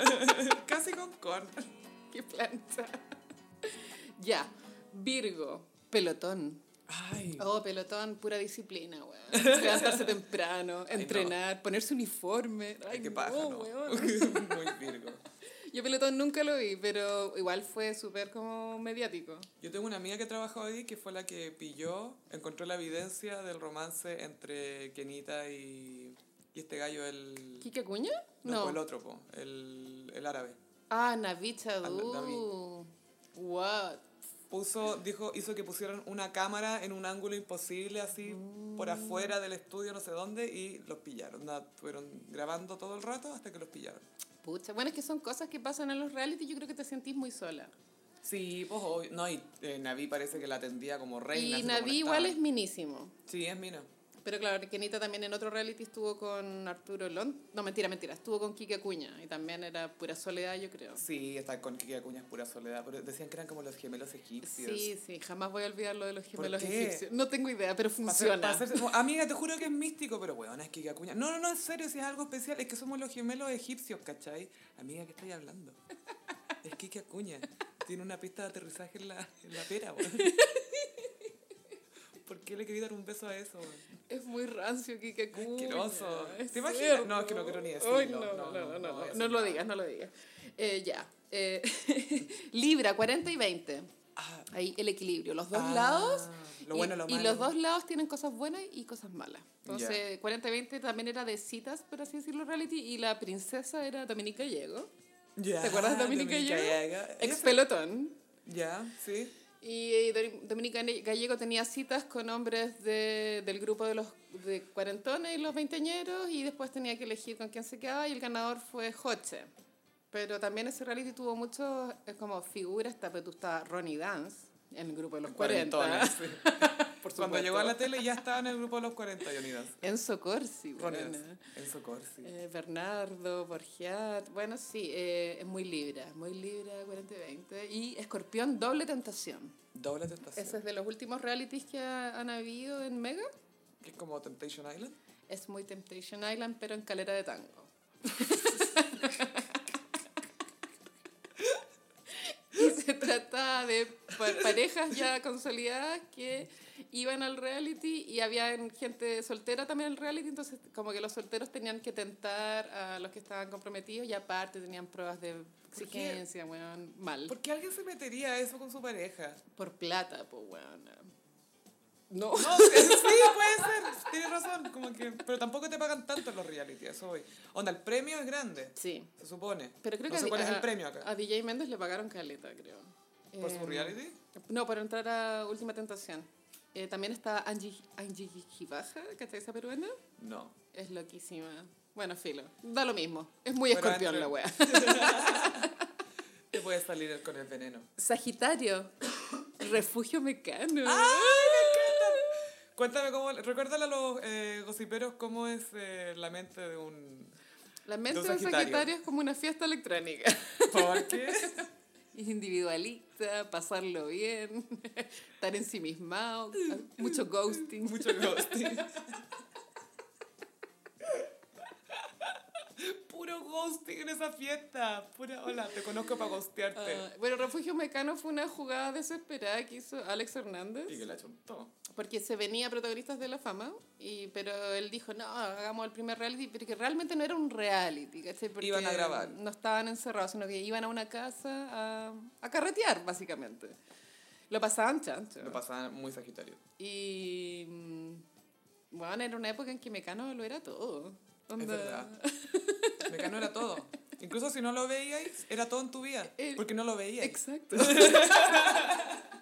S1: casi con con.
S2: Qué planta. ya. Virgo. Pelotón.
S1: Ay.
S2: Oh, pelotón, pura disciplina, weón. Levantarse temprano, entrenar, ponerse uniforme. Ay,
S1: qué paja,
S2: no,
S1: ¿no?
S2: weón.
S1: Muy virgo.
S2: Yo pelotón nunca lo vi, pero igual fue súper como mediático.
S1: Yo tengo una amiga que trabajó ahí que fue la que pilló, encontró la evidencia del romance entre Kenita y, y este gallo, el.
S2: ¿Quique Cuña?
S1: No, po, el otro, po, el, el árabe.
S2: Ah, Navi
S1: Ah,
S2: Chadú. What?
S1: Puso, dijo, hizo que pusieran una cámara en un ángulo imposible, así
S2: Mm.
S1: por afuera del estudio, no sé dónde, y los pillaron. Nada, fueron grabando todo el rato hasta que los pillaron.
S2: Pucha, bueno, es que son cosas que pasan en los reality, yo creo que te sentís muy sola.
S1: Sí, pues obvio. No, y eh, Naví parece que la atendía como reina.
S2: y
S1: así como
S2: Navi
S1: la
S2: igual es
S1: estaban.
S2: minísimo.
S1: Sí, es mina.
S2: Pero claro, Kenita también en otro reality estuvo con Arturo Lon. No, mentira, mentira. Estuvo con Kike Acuña. Y también era pura soledad, yo creo.
S1: Sí, está con Kiki Acuña es pura soledad. Pero decían que eran como los gemelos egipcios.
S2: Sí, sí. Jamás voy a olvidar lo de los gemelos
S1: qué?
S2: egipcios. No tengo idea, pero
S1: Pa' hacer-
S2: funciona.
S1: pa' hacerse- como, amiga, te juro que es místico, pero weón, es Kiki Acuña. No, no, no, en serio, si es algo especial, es que somos los gemelos egipcios, ¿cachai? Amiga, ¿qué estáis hablando? Es Kiki Acuña. Tiene una pista de aterrizaje en la, en la pera, weón. ¿Por qué le quería dar un beso a eso, weón?
S2: Es muy rancio, Kike Acuña.
S1: Asqueroso.
S2: Es
S1: ¿Te imaginas?
S2: cierto.
S1: No, es que no quiero ni
S2: Ay,
S1: decirlo.
S2: no, no,
S1: no voy a
S2: no, no, no,
S1: decir
S2: lo
S1: nada.
S2: digas, no lo digas. Eh, ya. Eh, Libra, 40 y 20.
S1: Ah,
S2: Ahí el equilibrio. Los dos
S1: ah,
S2: lados
S1: Lo bueno,
S2: y,
S1: lo
S2: y
S1: malo.
S2: los dos lados tienen cosas buenas y cosas malas. Entonces, 40-20 también era de citas, por así decirlo, reality. Y la princesa era Dominica Diego,
S1: Ya,
S2: ¿Te acuerdas de Dominica Gallego?
S1: Gallego?
S2: ex pelotón.
S1: Ya, sí.
S2: Y, eh, Dori- Dominica Ne- Gallego tenía citas con hombres de, del grupo de los de cuarentones y los veinteañeros. Y después tenía que elegir con quién se quedaba. Y el ganador fue Joche. Pero también ese reality tuvo muchos eh, como figuras. Está, pero tú está Ronnie Dance en el grupo de los 40.
S1: Cuarentones, sí.
S2: por
S1: Cuando llegó a
S2: supuesto.
S1: la tele ya estaba en el grupo de los 40, Leonidas.
S2: Enzo Corsi,
S1: Leonidas.
S2: bueno.
S1: Enzo Corsi.
S2: Eh, Bernardo, Borgiat, bueno, sí, eh, es muy Libra, muy Libra 40-20. Y Escorpión, doble tentación.
S1: Doble tentación.
S2: Ese es de los últimos realities que ha- han habido en Mega.
S1: Que es como Temptation Island.
S2: Es muy Temptation Island, pero en calera de tango. y se trata de pa- parejas ya consolidadas que iban al reality y había gente soltera también en el reality, entonces como que los solteros tenían que tentar a los que estaban comprometidos y aparte tenían pruebas de
S1: qué?
S2: exigencia, weón, mal.
S1: ¿Por
S2: Por,
S1: qué alguien se metería a eso con su pareja?
S2: plata, pues weón. No.
S1: No, sí, sí, puede ser. Tienes razón. Como que, pero tampoco te pagan tanto en los reality, eso voy. Onda, el premio es grande,
S2: Sí.
S1: se supone.
S2: Pero creo
S1: no
S2: que
S1: sé
S2: a-
S1: cuál es
S2: a-
S1: el premio acá.
S2: A DJ Méndez le pagaron caleta, creo.
S1: ¿Por su
S2: Em,
S1: reality?
S2: No, para entrar a Última Tentación. Eh, también está Angie, Angie Gibaja, ¿cachai esa peruana?
S1: No.
S2: Es loquísima. Bueno, filo. Da lo mismo. Es muy
S1: Pero
S2: escorpión
S1: entre-
S2: la wea.
S1: Te puedes salir con el veneno.
S2: Sagitario. Refugio mecano.
S1: Ah. Cuéntame cómo. Recuérdale a los eh, gossiperos cómo es eh, la mente de un.
S2: La mente
S1: de
S2: de
S1: un
S2: Sagitario.
S1: Sagitario
S2: es como una fiesta electrónica.
S1: ¿Por qué?
S2: Es individualista, pasarlo bien, estar ensimismado, mucho ghosting.
S1: Mucho ghosting. Puro ghosting en esa fiesta. Pura, hola, te conozco para ghostearte.
S2: Ah, bueno, Refugio Mecano fue una jugada desesperada que hizo Alex Hernández.
S1: Y que la chuntó.
S2: porque se venía protagonistas de la fama, y, pero él dijo, no, hagamos el primer reality, porque realmente no era un reality, ¿cachai? Porque
S1: Iban a grabar.
S2: No estaban encerrados, sino que iban a una casa a, a carretear, básicamente. Lo pasaban chancho.
S1: Lo pasaban muy sagitario.
S2: y mm, bueno, era una época en que Mecano lo era todo.
S1: Es
S2: Onda-
S1: verdad. Mecano era todo. Incluso si no lo veíais, era todo en tu vida.
S2: Eh,
S1: Porque no lo veíais.
S2: Exacto.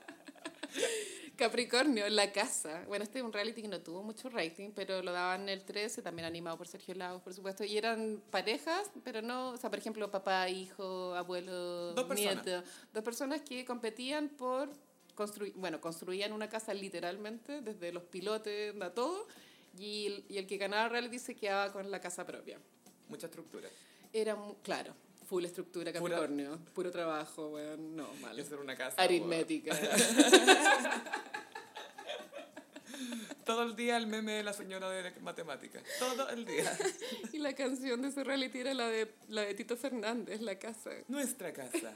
S2: Capricornio, La Casa. Bueno, este es un reality que no tuvo mucho rating, pero lo daban en el 13, también animado por Sergio Lagos, por supuesto. Y eran parejas, pero no, o sea, por ejemplo, papá, hijo, abuelo,
S1: Dos personas.
S2: nieto. Dos personas que competían por construir, bueno, construían una casa literalmente, desde los pilotes a todo. Y el, y el que ganaba el reality se quedaba con la casa propia.
S1: Mucha estructura.
S2: Era, mu- claro, full estructura
S1: Pura-
S2: Capricornio, puro trabajo, weón, no, mal.
S1: Yo ser una casa.
S2: Aritmética.
S1: weón. Todo el día el meme de la señora de matemáticas. Todo el día.
S2: y la canción de ese reality era la de, la de Tito Fernández, La Casa.
S1: Nuestra casa.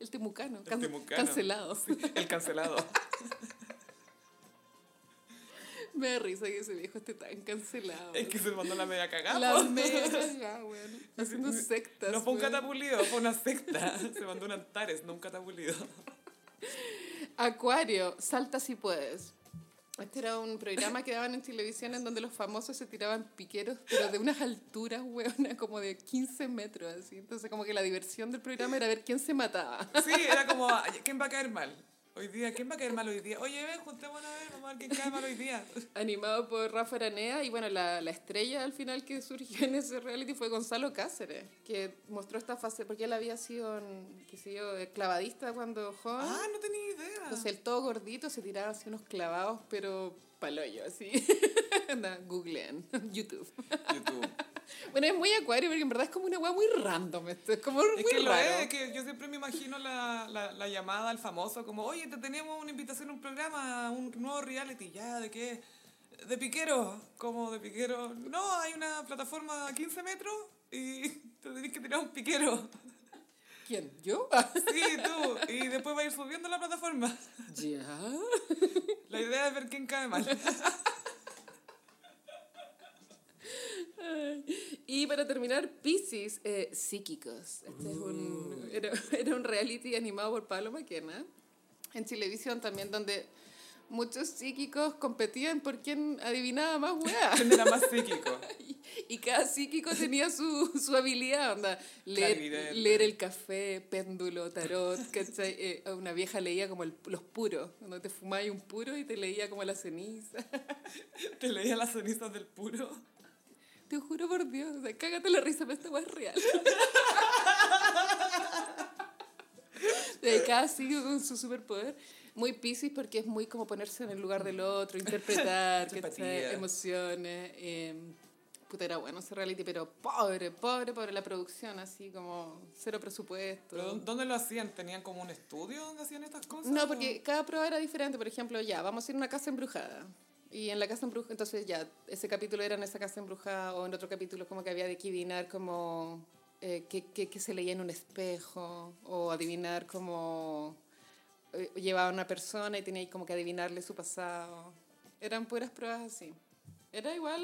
S2: El Temucano.
S1: El
S2: can-
S1: Temucano.
S2: Cancelado.
S1: Sí, el cancelado.
S2: Me da risa que ese viejo esté tan cancelado.
S1: Es que se mandó la media cagada.
S2: la
S1: po.
S2: media, ya, weón. Haciendo sectas.
S1: No fue un
S2: weón.
S1: catapulido, fue una secta. Se mandó un Antares, no un catapulido.
S2: Acuario, salta si puedes. Este era un programa que daban en televisión en donde los famosos se tiraban piqueros, pero de unas alturas, weón, como de 15 metros, así. Entonces, como que la diversión del programa era ver quién se mataba.
S1: Sí, era como, "Ay, ¿quién va a caer mal? Hoy día, ¿quién va a caer mal hoy día? Oye, ven, juntémonos a ver, vamos a ver quién cae mal hoy día.
S2: Animado por Rafa Aranea y bueno, la, la estrella al final que surgió en ese reality fue Gonzalo Cáceres, que mostró esta fase, porque él había sido, mm, qué sé yo, eh, clavadista cuando joven.
S1: Ah, no
S2: Pues
S1: tenía idea.
S2: Entonces él todo gordito se tiraba así unos clavados, pero paloyo, así. onda, googleen, YouTube.
S1: YouTube.
S2: Bueno, es muy acuario porque en verdad es como una weá muy random esto, es como muy
S1: Es que lo
S2: raro.
S1: es, es que yo siempre me imagino la, la, la llamada al famoso como, oye, te tenemos una invitación a un programa, a un nuevo reality, ya, ¿de qué? De piquero, como de piquero. No, hay una plataforma a 15 metros y te tenés que tirar un piquero.
S2: ¿Quién? ¿Yo?
S1: Sí, tú. Y después va a ir subiendo la plataforma.
S2: Ya.
S1: La idea es ver quién cae mal.
S2: Y para terminar, Pisces, eh, psíquicos. Este es un, era, era un reality animado por Pablo Maquena en televisión también, donde muchos psíquicos competían por quién adivinaba más weá.
S1: ¿Quién era más psíquico?
S2: Y- Y cada psíquico tenía su, su habilidad, onda. Leer,
S1: Clarividente.
S2: leer el café, péndulo, tarot, ¿cachai? Eh, a una vieja leía como el- los puros, cuando te fumabas un puro y te leía como la ceniza.
S1: Te leía las cenizas del puro.
S2: Te juro por Dios, o sea, cágate la risa, pero esta weá es real. De cada psíquico con su superpoder. Muy piscis porque es muy como ponerse en el lugar del otro, interpretar, ¿cachai?
S1: Simpatía.
S2: emociones. eh, puta, era bueno ese reality, pero pobre, pobre, pobre la producción, así como cero presupuesto.
S1: ¿Pero dó- dónde lo hacían? ¿Tenían como un estudio donde hacían estas cosas?
S2: No,
S1: o-
S2: porque cada prueba era diferente. Por ejemplo, ya, vamos a ir a una casa embrujada. Y en la casa embrujada, entonces ya, ese capítulo era en esa casa embrujada o en otro capítulo como que había de que adivinar como eh, qué, qué- qué se leía en un espejo o adivinar como eh, llevaba a una persona y tenía como que adivinarle su pasado. Eran puras pruebas así. Era igual,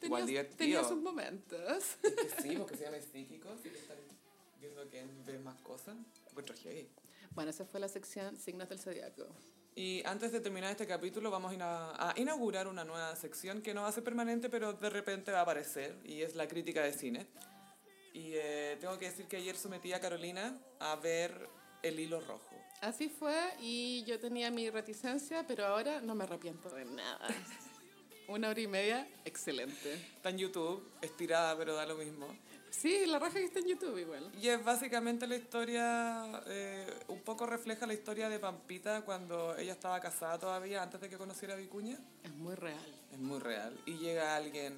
S2: tenía,
S1: Igual
S2: tenía
S1: divertido.
S2: sus momentos.
S1: Es que sí, porque se llaman psíquicos y que están viendo que ven más cosas. Encuentro heavy.
S2: Bueno, esa fue la sección Signos del Zodiaco.
S1: Y antes de terminar este capítulo vamos a ina- a inaugurar una nueva sección que no va a ser permanente, pero de repente va a aparecer, y es la crítica de cine. Y eh, tengo que decir que ayer sometí a Carolina a ver El Hilo Rojo.
S2: Así fue y yo tenía mi reticencia, pero ahora no me arrepiento de nada. Una hora y media, excelente.
S1: Está en YouTube, estirada, pero da lo mismo.
S2: Sí, la raja que está en YouTube igual.
S1: Y es básicamente la historia, eh, un poco refleja la historia de Pampita cuando ella estaba casada todavía, antes de que conociera a Vicuña.
S2: Es muy real.
S1: Es muy real. Y llega alguien,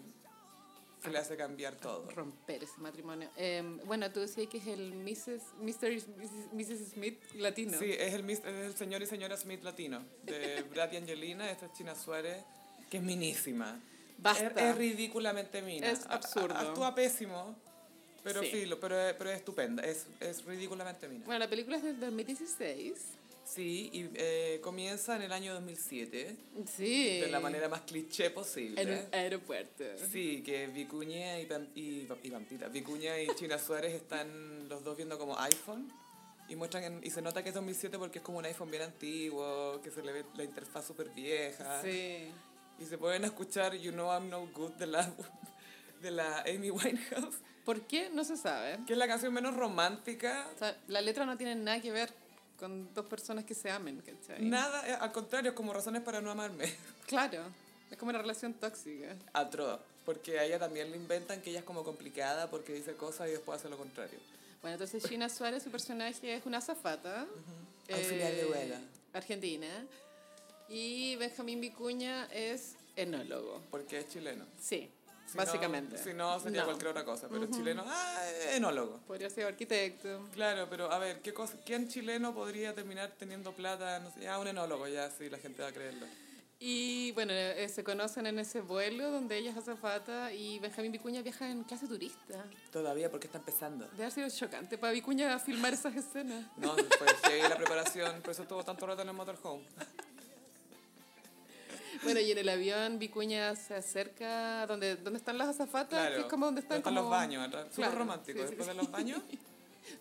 S1: se le hace cambiar todo.
S2: Romper ese matrimonio. Eh, bueno, tú decías que es el Mrs. Mr. y Mrs. Mrs. Smith latino.
S1: Sí, es el, mis- es el señor y señora Smith latino, de Brad y Angelina, esta es China Suárez, que es minísima. Es,
S2: Basta.
S1: es ridículamente mina.
S2: Es
S1: A- a-
S2: absurdo.
S1: Actúa pésimo, pero
S2: Sí.
S1: filo, pero, es- pero es estupenda, es, es ridículamente mina.
S2: Bueno, la película es del 2016.
S1: Sí, y eh, comienza en el año 2007,
S2: Sí.
S1: de la manera más cliché posible.
S2: Eh, En un aeropuerto.
S1: Sí, que Vicuña y, Pam- y, Pam- y Pampita, Vicuña y China Suárez están los dos viendo como iPhone y muestran en- y se nota que es 2007 porque es como un iPhone bien antiguo, que se le ve la interfaz súper
S2: Ah.
S1: vieja
S2: Sí.
S1: y se pueden escuchar You Know I'm No Good de la de la Amy Winehouse,
S2: ¿Por qué? No se sabe.
S1: que es la canción menos romántica.
S2: O sea, la letra no tiene nada que ver con dos personas que se amen, ¿cachai?
S1: Nada, eh, al contrario, es como razones para no amarme.
S2: Claro, es como una relación tóxica.
S1: Atroz, porque a ella también le inventan que ella es como complicada porque dice cosas y después hace lo contrario.
S2: Bueno, entonces Gina Suárez, su personaje es una azafata. eh,
S1: Auxiliar de vuelo.
S2: Argentina. Y Benjamín Vicuña es enólogo.
S1: Porque es chileno.
S2: Sí,
S1: Si no-
S2: básicamente.
S1: si no, sería
S2: No.
S1: cualquier otra cosa, pero chileno, ah, enólogo.
S2: Podría ser arquitecto.
S1: Claro, pero a ver, ¿qué cosa, ¿quién chileno podría terminar teniendo plata? No sé, ah, un enólogo, ya, sí, la gente va a creerlo.
S2: Y bueno, eh, se conocen en ese vuelo donde ella es azafata y Benjamín Vicuña viaja en clase turista.
S1: Todavía, porque está empezando.
S2: Debe haber sido chocante para Vicuña filmar esas escenas.
S1: No, pues sí, la preparación, por eso estuvo tanto rato en el motorhome.
S2: Ah, Bueno, y en el avión Vicuña se acerca donde, donde están las azafatas,
S1: Claro,
S2: que es como donde están, como,
S1: los baños, ¿verdad? súper
S2: Claro,
S1: romántico.
S2: sí, sí,
S1: Después
S2: sí.
S1: de los baños,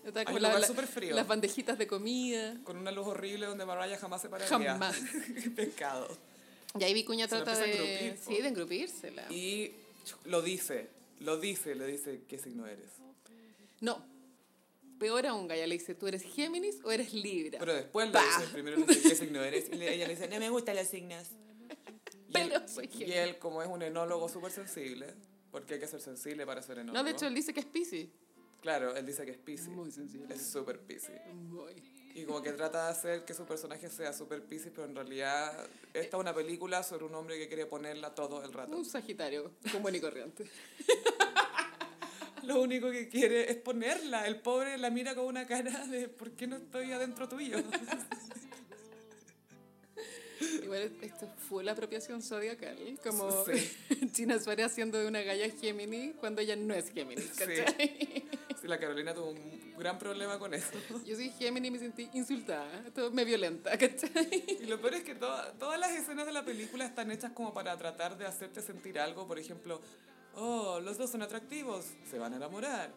S2: Está
S1: hay
S2: como
S1: un
S2: la-
S1: lugar
S2: la-
S1: súper frío,
S2: las bandejitas de comida.
S1: con una luz horrible donde Mariah jamás se pararía.
S2: Jamás.
S1: Pecado.
S2: Y ahí Vicuña
S1: Se la
S2: trata de,
S1: empieza a engrupir, po.
S2: sí, de engrupírsela.
S1: Y lo dice, lo dice, le dice, ¿qué signo eres?
S2: No, peor aún, Gaya le dice, ¿tú eres Géminis o eres Libra?
S1: Pero después le
S2: Pa.
S1: dice, primero le dice, ¿qué signo eres? Y le- ella le dice, no me gustan los signos. Y
S2: Pero
S1: él, pues,
S2: soy
S1: y
S2: Géminis.
S1: él, como es un enólogo súper sensible, porque hay que ser sensible para ser enólogo.
S2: No, de hecho, él dice que es Piscis.
S1: Claro, él dice que es Pisces.
S2: Muy sensible.
S1: Es súper Pisces.
S2: Muy.
S1: Y como que trata de hacer que su personaje sea súper piscis, pero en realidad esta es una película sobre un hombre que quiere ponerla todo el rato.
S2: Un sagitario común y corriente.
S1: Lo único que quiere es ponerla. El pobre la mira con una cara de ¿por qué no estoy adentro tuyo?
S2: Igual esto fue la apropiación zodiacal, como
S1: Sí.
S2: China Suárez haciendo de una galla Gemini cuando ella no es Gemini, ¿cachai?
S1: Sí, la Carolina tuvo un gran problema con eso.
S2: Yo soy Gemini y me sentí insultada, todo me violenta, ¿cachai?
S1: Y lo peor es que toda- todas las escenas de la película están hechas como para tratar de hacerte sentir algo. Por ejemplo, oh, los dos son atractivos, se van a enamorar.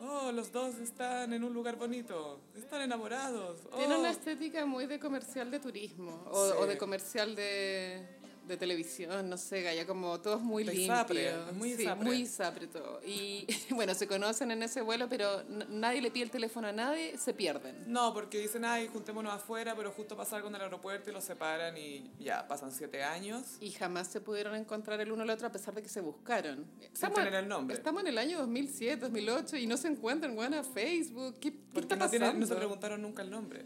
S1: Oh, los dos están en un lugar bonito, están enamorados. Oh,
S2: Tiene una estética muy de comercial de turismo o,
S1: Sí.
S2: o de comercial de, de televisión, no sé, Gaya, como todo es muy
S1: De
S2: limpio.
S1: Isapre, es muy
S2: sí,
S1: Isapre.
S2: muy Isapre todo. Y bueno, se conocen en ese vuelo, pero n- nadie le pide el teléfono a nadie, se pierden.
S1: No, porque dicen, ay, juntémonos afuera, pero justo pasa algo en el aeropuerto y los separan y ya, pasan siete años.
S2: Y jamás se pudieron encontrar el uno al otro a pesar de que se buscaron.
S1: Sin
S2: Estamos,
S1: tener el nombre.
S2: estamos en el año 2007, 2008 y no se encuentran, weón, a Facebook. ¿Qué, qué
S1: Porque
S2: está
S1: no,
S2: pasando?
S1: tienen- no se preguntaron nunca el nombre.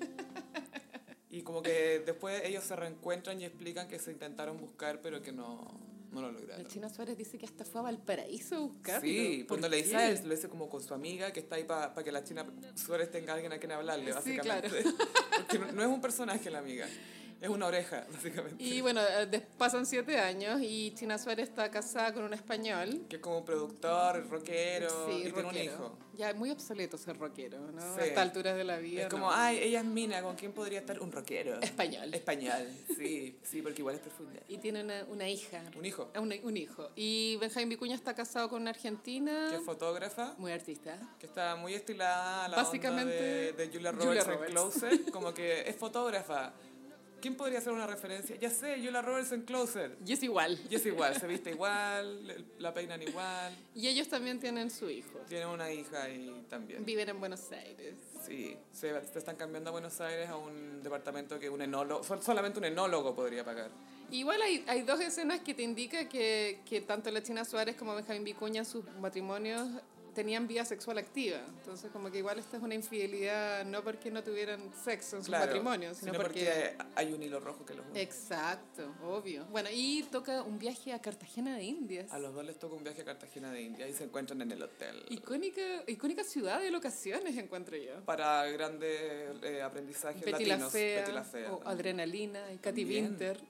S1: Y como que después ellos se reencuentran y explican que se intentaron buscar, pero que no, no lo lograron.
S2: La China Suárez dice que hasta fue a Valparaíso a buscarlo.
S1: Sí,
S2: ¿Por
S1: cuando le dice
S2: qué?
S1: a él, lo dice como con su amiga que está ahí para que la China Suárez tenga alguien a quien hablarle,
S2: Sí,
S1: básicamente. Porque no, no es un personaje la amiga, es una oreja, básicamente.
S2: Y bueno, eh, des- pasan siete años y China Suárez está casada con un español.
S1: Que es como productor, rockero, y tiene un
S2: rockero.
S1: hijo.
S2: Ya, muy obsoleto ser rockero, ¿no?
S1: Sí.
S2: A estas alturas de la vida.
S1: Es como, ah,
S2: no.
S1: ay, ella es Mina, ¿con quién podría estar? Un rockero.
S2: Español.
S1: Español, sí, sí, porque igual es profunda.
S2: Y tiene una, una hija.
S1: Un hijo,
S2: Ah, Un, un hijo. Y Benjamín Vicuña está casado con una argentina.
S1: que es fotógrafa,
S2: Muy artista.
S1: que está muy estilada a la
S2: Básicamente,
S1: onda de, de Julia Roberts,
S2: Julia
S1: en
S2: Roberts.
S1: Closer, como que es fotógrafa. ¿Quién podría hacer una referencia? Ya sé, Julia Roberts en Closer.
S2: Y es igual.
S1: Y es igual, se viste igual, le- la peinan igual,
S2: Y ellos también tienen su hijo.
S1: tienen una hija ahí también.
S2: Viven en Buenos Aires.
S1: Sí, se, se están cambiando a Buenos Aires a un departamento que un enólogo, sol- solamente un enólogo podría pagar.
S2: Igual hay, hay dos escenas que te indica que, que tanto la China Suárez como Benjamín Vicuña en sus matrimonios tenían vida sexual activa. Entonces, como que igual esta es una infidelidad, no porque no tuvieran sexo en su
S1: Claro,
S2: matrimonio, sino, porque...
S1: hay un hilo rojo que los une.
S2: Exacto, obvio. Bueno, y toca un viaje a Cartagena de Indias.
S1: A los dos les toca un viaje a Cartagena de India y se encuentran en el hotel.
S2: Icónica, icónica ciudad de locaciones, encuentro yo.
S1: para grandes eh, aprendizajes
S2: Betty la
S1: latinos.
S2: Fea,
S1: Betty la Fea,
S2: o
S1: ¿no?
S2: Adrenalina, y Katy
S1: También.
S2: Winter.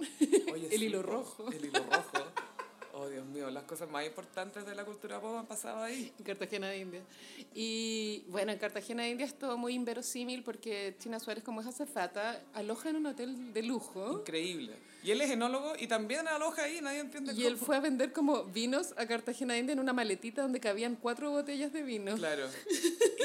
S1: Oye,
S2: El hilo
S1: po,
S2: rojo.
S1: El hilo rojo. Oh, Dios mío, las cosas más importantes de la cultura pop han pasado ahí.
S2: En Cartagena de India. Y bueno, en Cartagena de India es todo muy inverosímil porque China Suárez, como es azafata, aloja en un hotel de lujo.
S1: Increíble. Y él es enólogo y también aloja ahí, nadie entiende
S2: Y él
S1: cómo.
S2: fue a vender como vinos a Cartagena de India en una maletita donde cabían cuatro botellas de vino.
S1: Claro.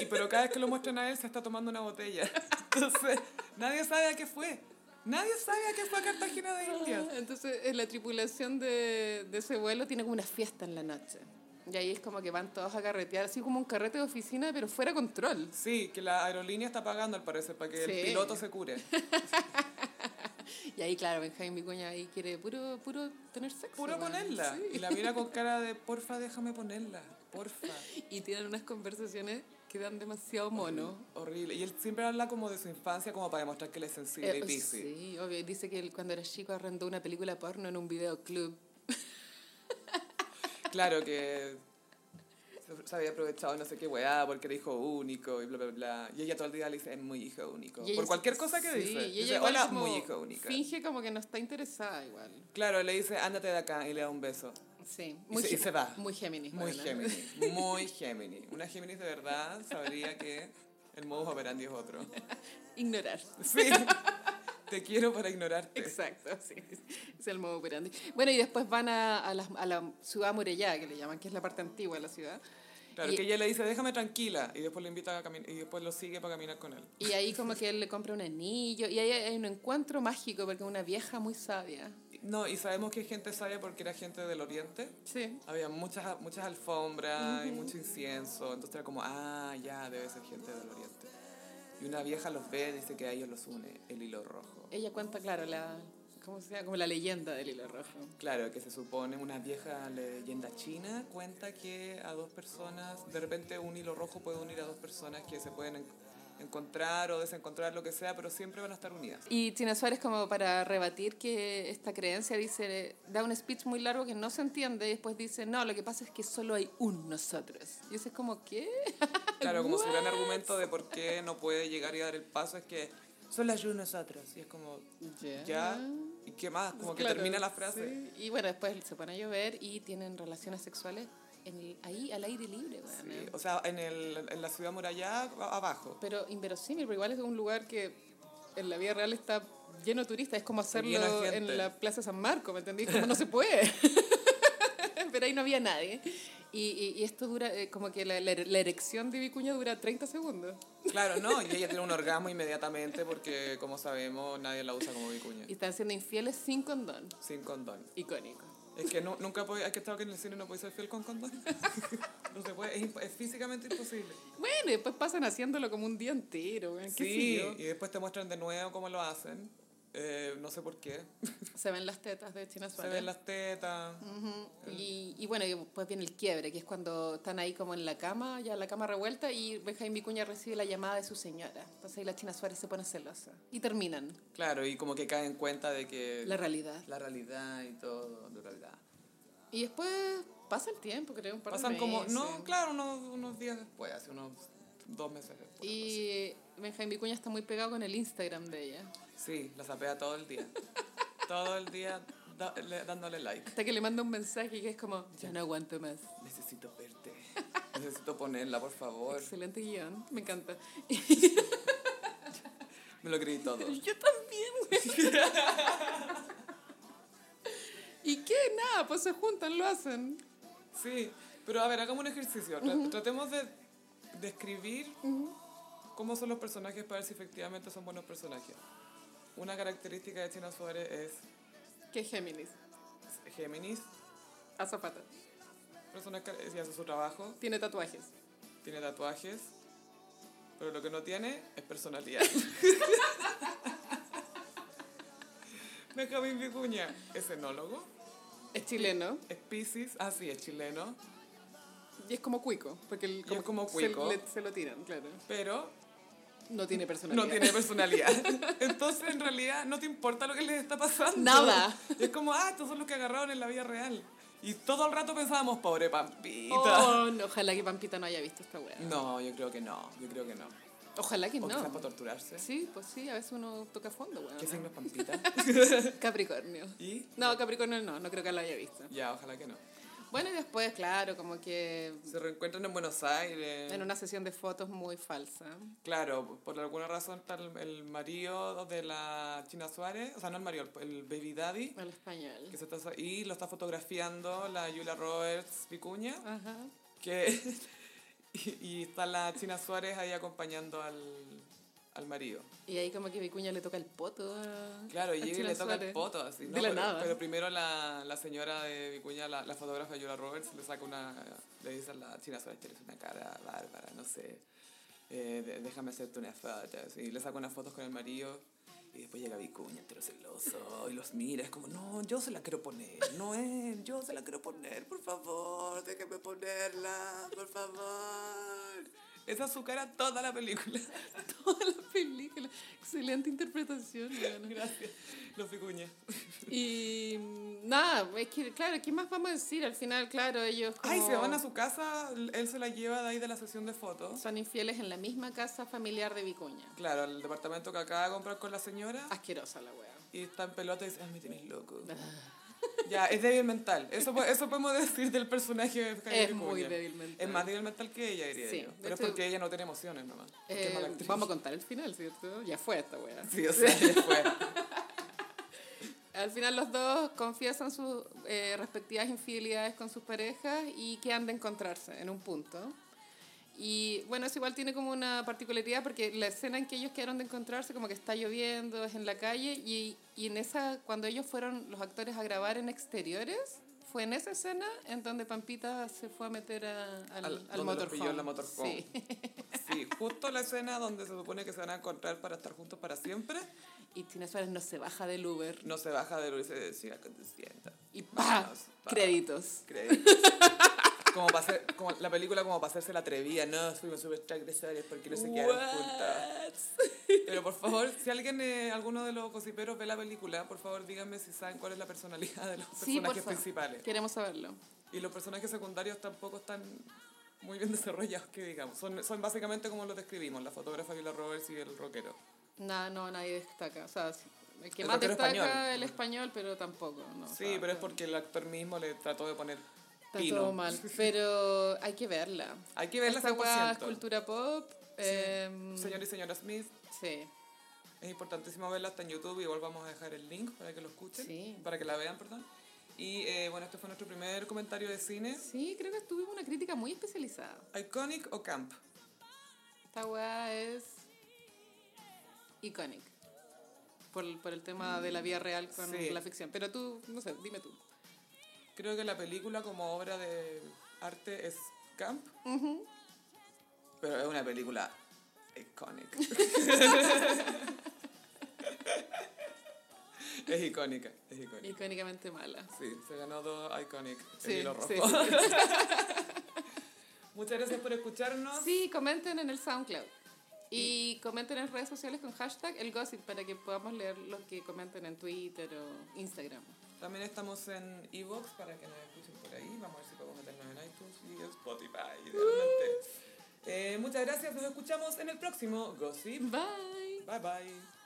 S1: Y pero cada vez que lo muestran a él se está tomando una botella. Entonces, nadie sabe a qué fue. Nadie sabe a qué fue a Cartagena de Indias.
S2: Ah, Entonces, eh, la tripulación de, de ese vuelo tiene como una fiesta en la noche. Y ahí es como que van todos a carretear, así como un carrete de oficina, pero fuera control.
S1: Sí, que la aerolínea está pagando al parecer para que
S2: Sí.
S1: el piloto se cure.
S2: Y ahí, claro, Benjamín Vicuña ahí quiere puro, puro tener sexo.
S1: Puro
S2: weón.
S1: ponerla.
S2: Sí.
S1: Y la mira con cara de, porfa, déjame ponerla. Porfa.
S2: y tienen unas conversaciones que dan demasiado mono.
S1: Horrible. Y él siempre habla como de su infancia, como para demostrar que él es sensible
S2: Eh,
S1: y piscis.
S2: sí, obvio. Dice que él, cuando era chico arrendó una película porno en un videoclub.
S1: Claro que se- se había aprovechado no sé qué weá porque era hijo único y bla, bla, bla. Y ella todo el día le dice, es muy hijo único.
S2: Y ella-
S1: Por cualquier cosa que
S2: sí,
S1: dice.
S2: y ella
S1: dice,
S2: igual
S1: hola,
S2: como
S1: muy hijo única.
S2: Finge como que no está interesada igual.
S1: Claro, le dice, ándate de acá y le da un beso.
S2: Sí.
S1: Y se- y se va.
S2: Muy Géminis.
S1: Muy
S2: weona.
S1: Géminis, muy Géminis. Una Géminis de verdad sabría que el modus operandi es otro.
S2: Ignorar.
S1: Sí, te quiero para ignorarte.
S2: Exacto, sí, es el modo operandi. Bueno, y después van a, a, las- a la ciudad amurallada, que le llaman, que es la parte antigua de la ciudad.
S1: Claro,
S2: Y-
S1: que ella le dice, déjame tranquila. Y después lo invita a caminar, y después lo sigue para caminar con él.
S2: Y ahí como que él le compra un anillo, y ahí hay un encuentro mágico, porque es una vieja muy sabia.
S1: No, y sabemos que es gente sabia porque era gente del oriente.
S2: Sí.
S1: Había muchas, muchas alfombras y mucho incienso. Entonces era como, ah, ya, debe ser gente del oriente. Y una vieja los ve y dice que a ellos los une el hilo rojo.
S2: Ella cuenta, claro, la, ¿cómo se llama? Como la leyenda del hilo rojo.
S1: Claro, que se supone una vieja leyenda china cuenta que a dos personas, de repente un hilo rojo puede unir a dos personas que se pueden en- encontrar o desencontrar lo que sea, pero siempre van a estar unidas.
S2: Y Tina Suárez, como para rebatir que esta creencia, dice, da un speech muy largo que no se entiende y después dice, no, lo que pasa es que solo hay un nosotros. Y eso es como, ¿qué?
S1: Claro, como su gran argumento de por qué no puede llegar y dar el paso es que solo hay un nosotros. Y es como,
S2: Ya.
S1: ya, ¿y qué más? Como que
S2: Ah. Claro,
S1: termina la frase.
S2: sí. Y bueno, después se pone a llover y tienen relaciones sexuales en el- ahí al aire libre, weón,
S1: Sí,
S2: ¿eh?
S1: O sea, en, el, en la ciudad murallada, a- abajo.
S2: Pero inverosímil, porque igual es un lugar que en la vida real está lleno de turistas. Es como
S1: Lleno de
S2: hacerlo
S1: gente.
S2: en la Plaza San Marco, ¿me entendí? Como no se puede. Pero ahí no había nadie. Y, y- y esto dura, eh, como que la, la- la erección de Vicuña dura 30 segundos.
S1: Claro, no, y ella tiene un orgasmo inmediatamente porque, como sabemos, nadie la usa como vicuña.
S2: Y están siendo infieles sin condón.
S1: Sin condón.
S2: Icónico.
S1: Es que nu- nunca puede, es que estaba que en el cine no puede ser fiel con condón. No se puede, es, imp- es físicamente imposible.
S2: Bueno, y después pasan haciéndolo como un día entero, weón, qué sé
S1: Sí,
S2: yo.
S1: y después te muestran de nuevo cómo lo hacen. Eh, no sé por qué.
S2: Se ven las tetas de China
S1: Se
S2: Suárez.
S1: ven las tetas.
S2: Mm. Ujú, Y, y bueno, y después viene el quiebre, que es cuando están ahí como en la cama, ya la cama revuelta, y Benjamín Vicuña recibe la llamada de su señora. Entonces ahí la China Suárez se pone celosa. Y terminan
S1: Claro, y como que caen en cuenta de que
S2: la
S1: la,
S2: realidad.
S1: realidad y todo, la realidad.
S2: Y después pasa el tiempo, creo, un par de
S1: Pasan como,
S2: meses.
S1: no, claro, unos, unos días después, hace unos dos meses después. algo
S2: Y Benjamín Vicuña está muy pegado con el Instagram de ella.
S1: así. Sí, la sapea todo el día. todo el día da- le- dándole like.
S2: Hasta que le manda un mensaje que es como, ya no aguanto más.
S1: Necesito verte. Necesito ponerla, por favor.
S2: Excelente guión, me encanta.
S1: Me lo creí todo.
S2: Yo también, güey. ¿Y qué? Nada, pues se juntan, lo hacen.
S1: Sí, pero a ver, hagamos un ejercicio. Tra- Tratemos de describir cómo son los personajes para ver si efectivamente son buenos personajes. Una característica de China Suárez es
S2: Que Géminis,
S1: Géminis,
S2: azafata,
S1: persona que que hace su trabajo,
S2: tiene tatuajes.
S1: tiene tatuajes, pero lo que no tiene es personalidad. Benjamín Vicuña es enólogo,
S2: Es chileno
S1: es Pisces, ah sí, es chileno,
S2: y es como cuico, porque el,
S1: es como
S2: se-
S1: cuico.
S2: le- Se, lo tiran, claro.
S1: pero
S2: No tiene personalidad.
S1: no tiene personalidad. Entonces, en realidad, no te importa lo que les está pasando.
S2: Nada.
S1: Es como, ah, estos son los que agarraron en la vida real. Y todo el rato pensábamos, pobre Pampita.
S2: Oh, no, ojalá que Pampita no haya visto esta weá.
S1: No, yo creo que no, yo creo que no.
S2: Ojalá que
S1: O quizás
S2: no.
S1: para torturarse.
S2: Sí, pues sí, a veces uno toca fondo, weón.
S1: ¿Qué signo es Pampita?
S2: Capricornio.
S1: y
S2: No, Capricornio no, no creo que lo haya visto.
S1: ya, ojalá que no.
S2: Bueno, y después, claro, como que
S1: Se reencuentran en Buenos Aires.
S2: en una sesión de fotos muy falsa.
S1: Claro, por alguna razón está el, el marido de la China Suárez, o sea, no el marido, el- el baby daddy,
S2: Al español.
S1: que se está, y lo está fotografiando la Julia Roberts Vicuña.
S2: Ajá.
S1: que y, y está la China Suárez ahí acompañando al, al marido.
S2: Y ahí como que Vicuña le toca el poto a
S1: Claro, y
S2: a
S1: llega y
S2: Chila
S1: le toca el
S2: Suárez.
S1: poto así. ¿no?
S2: De la
S1: pero,
S2: nada.
S1: pero primero la, la señora de Vicuña, la, la fotógrafa Yola Roberts, le saca una. Le dice a la China Suárez: Tienes una cara bárbara, no sé. eh, de- déjame hacerte unas fotos. Y le saca unas fotos con el marido. Y después llega Vicuña, entero celoso, y los mira. Es como, no, yo se la quiero poner, no él, yo se la quiero poner, por favor, déjame ponerla, por favor. Esa es su cara toda la película.
S2: toda la película. Excelente interpretación. weona.
S1: Gracias, los Vicuña.
S2: Y mm, nada, es que claro, ¿qué más vamos a decir? Al final, claro, ellos como
S1: Ay, se van a su casa, él se la lleva de ahí de la sesión de fotos.
S2: son infieles en la misma casa familiar de Vicuña.
S1: Claro, al departamento que acaba de comprar con la señora.
S2: Asquerosa la wea.
S1: Y está en pelota y dice, ay, me tienes loco. ya, es débil mental. Eso, po- eso podemos decir del personaje de Jaime
S2: Es muy
S1: Vicuña.
S2: débilmente. Eh,
S1: Es más débil mental que ella, diría
S2: Sí,
S1: yo.
S2: de
S1: Pero es
S2: hecho- eh,
S1: porque ella no tiene emociones nomás. Porque es mala actriz.
S2: vamos a contar el final, ¿cierto? Ya fue esta wea.
S1: Sí, o sea, ella fue.
S2: Al final los dos confiesan sus eh, respectivas infidelidades con sus parejas y quedan de encontrarse en un punto. Y bueno, eso igual tiene como una particularidad porque la escena en que ellos quedaron de encontrarse como que está lloviendo, es en la calle y, y en esa, cuando ellos fueron los actores a grabar en exteriores, fue en esa escena en donde Pampita se fue a meter a-
S1: Al-
S2: al, al
S1: donde los
S2: motorhome.
S1: pilló en la motorhome.
S2: Sí.
S1: Sí, justo la escena donde se supone que se van a encontrar para estar juntos para siempre,
S2: Y Tina Suárez no se baja del Uber
S1: no se baja de Luis y dice, siga que te sientas.
S2: y ¡pa!
S1: Vamos, vamos.
S2: Créditos.
S1: Créditos. Como, para hacer- como la película como para hacerse la atrevida, no, fuimos súper transgresores porque no se quedaron juntas. Pero por favor, si alguien, eh, alguno de los gossiperos ve la película, por favor díganme si saben cuál es la personalidad de los
S2: Sí, por
S1: personajes
S2: favor.
S1: principales.
S2: Queremos saberlo.
S1: Y los personajes secundarios tampoco están muy bien desarrollados, que digamos. Son, son básicamente como los describimos, la fotógrafa Viola Roberts y el rockero.
S2: No, no, nadie destaca. O sea, sí, el que
S1: El
S2: más
S1: rockero
S2: destaca
S1: español.
S2: el español, pero tampoco. No, o
S1: Sí,
S2: sea,
S1: pero es porque el actor mismo le trató de poner
S2: Está
S1: pino.
S2: todo mal. Pero hay que verla.
S1: Hay que verla
S2: Esta weá es
S1: 100%.
S2: cultura pop. em,
S1: Señor y señora Smith,
S2: sí.
S1: es importantísimo verla hasta en YouTube. Igual vamos a dejar el link para que lo escuchen,
S2: Sí.
S1: para que la vean, perdón. Y eh, bueno, este fue nuestro primer comentario de cine.
S2: Sí, creo que tuvimos una crítica muy especializada.
S1: ¿Iconic o camp?
S2: Esta weá es iconic. Por, por el tema de la vida real con
S1: Sí.
S2: la ficción. Pero tú, no sé, dime tú.
S1: Creo que la película como obra de arte es camp. Pero es una película icónica. es icónica, es icónica.
S2: Icónicamente mala.
S1: Sí, se ganó dos iconic. el
S2: Sí,
S1: hilo rojo.
S2: sí, sí, sí.
S1: Muchas gracias por escucharnos.
S2: Sí, comenten en el SoundCloud. Y comenten en redes sociales con hashtag el gossip para que podamos leer los que comenten en Twitter o Instagram.
S1: También estamos en Evox para que nos escuchen por ahí. Vamos a ver si podemos meternos en iTunes y Spotify. idealmente. Eh, muchas gracias. Nos escuchamos en el próximo Gossip.
S2: Bye.
S1: Bye bye.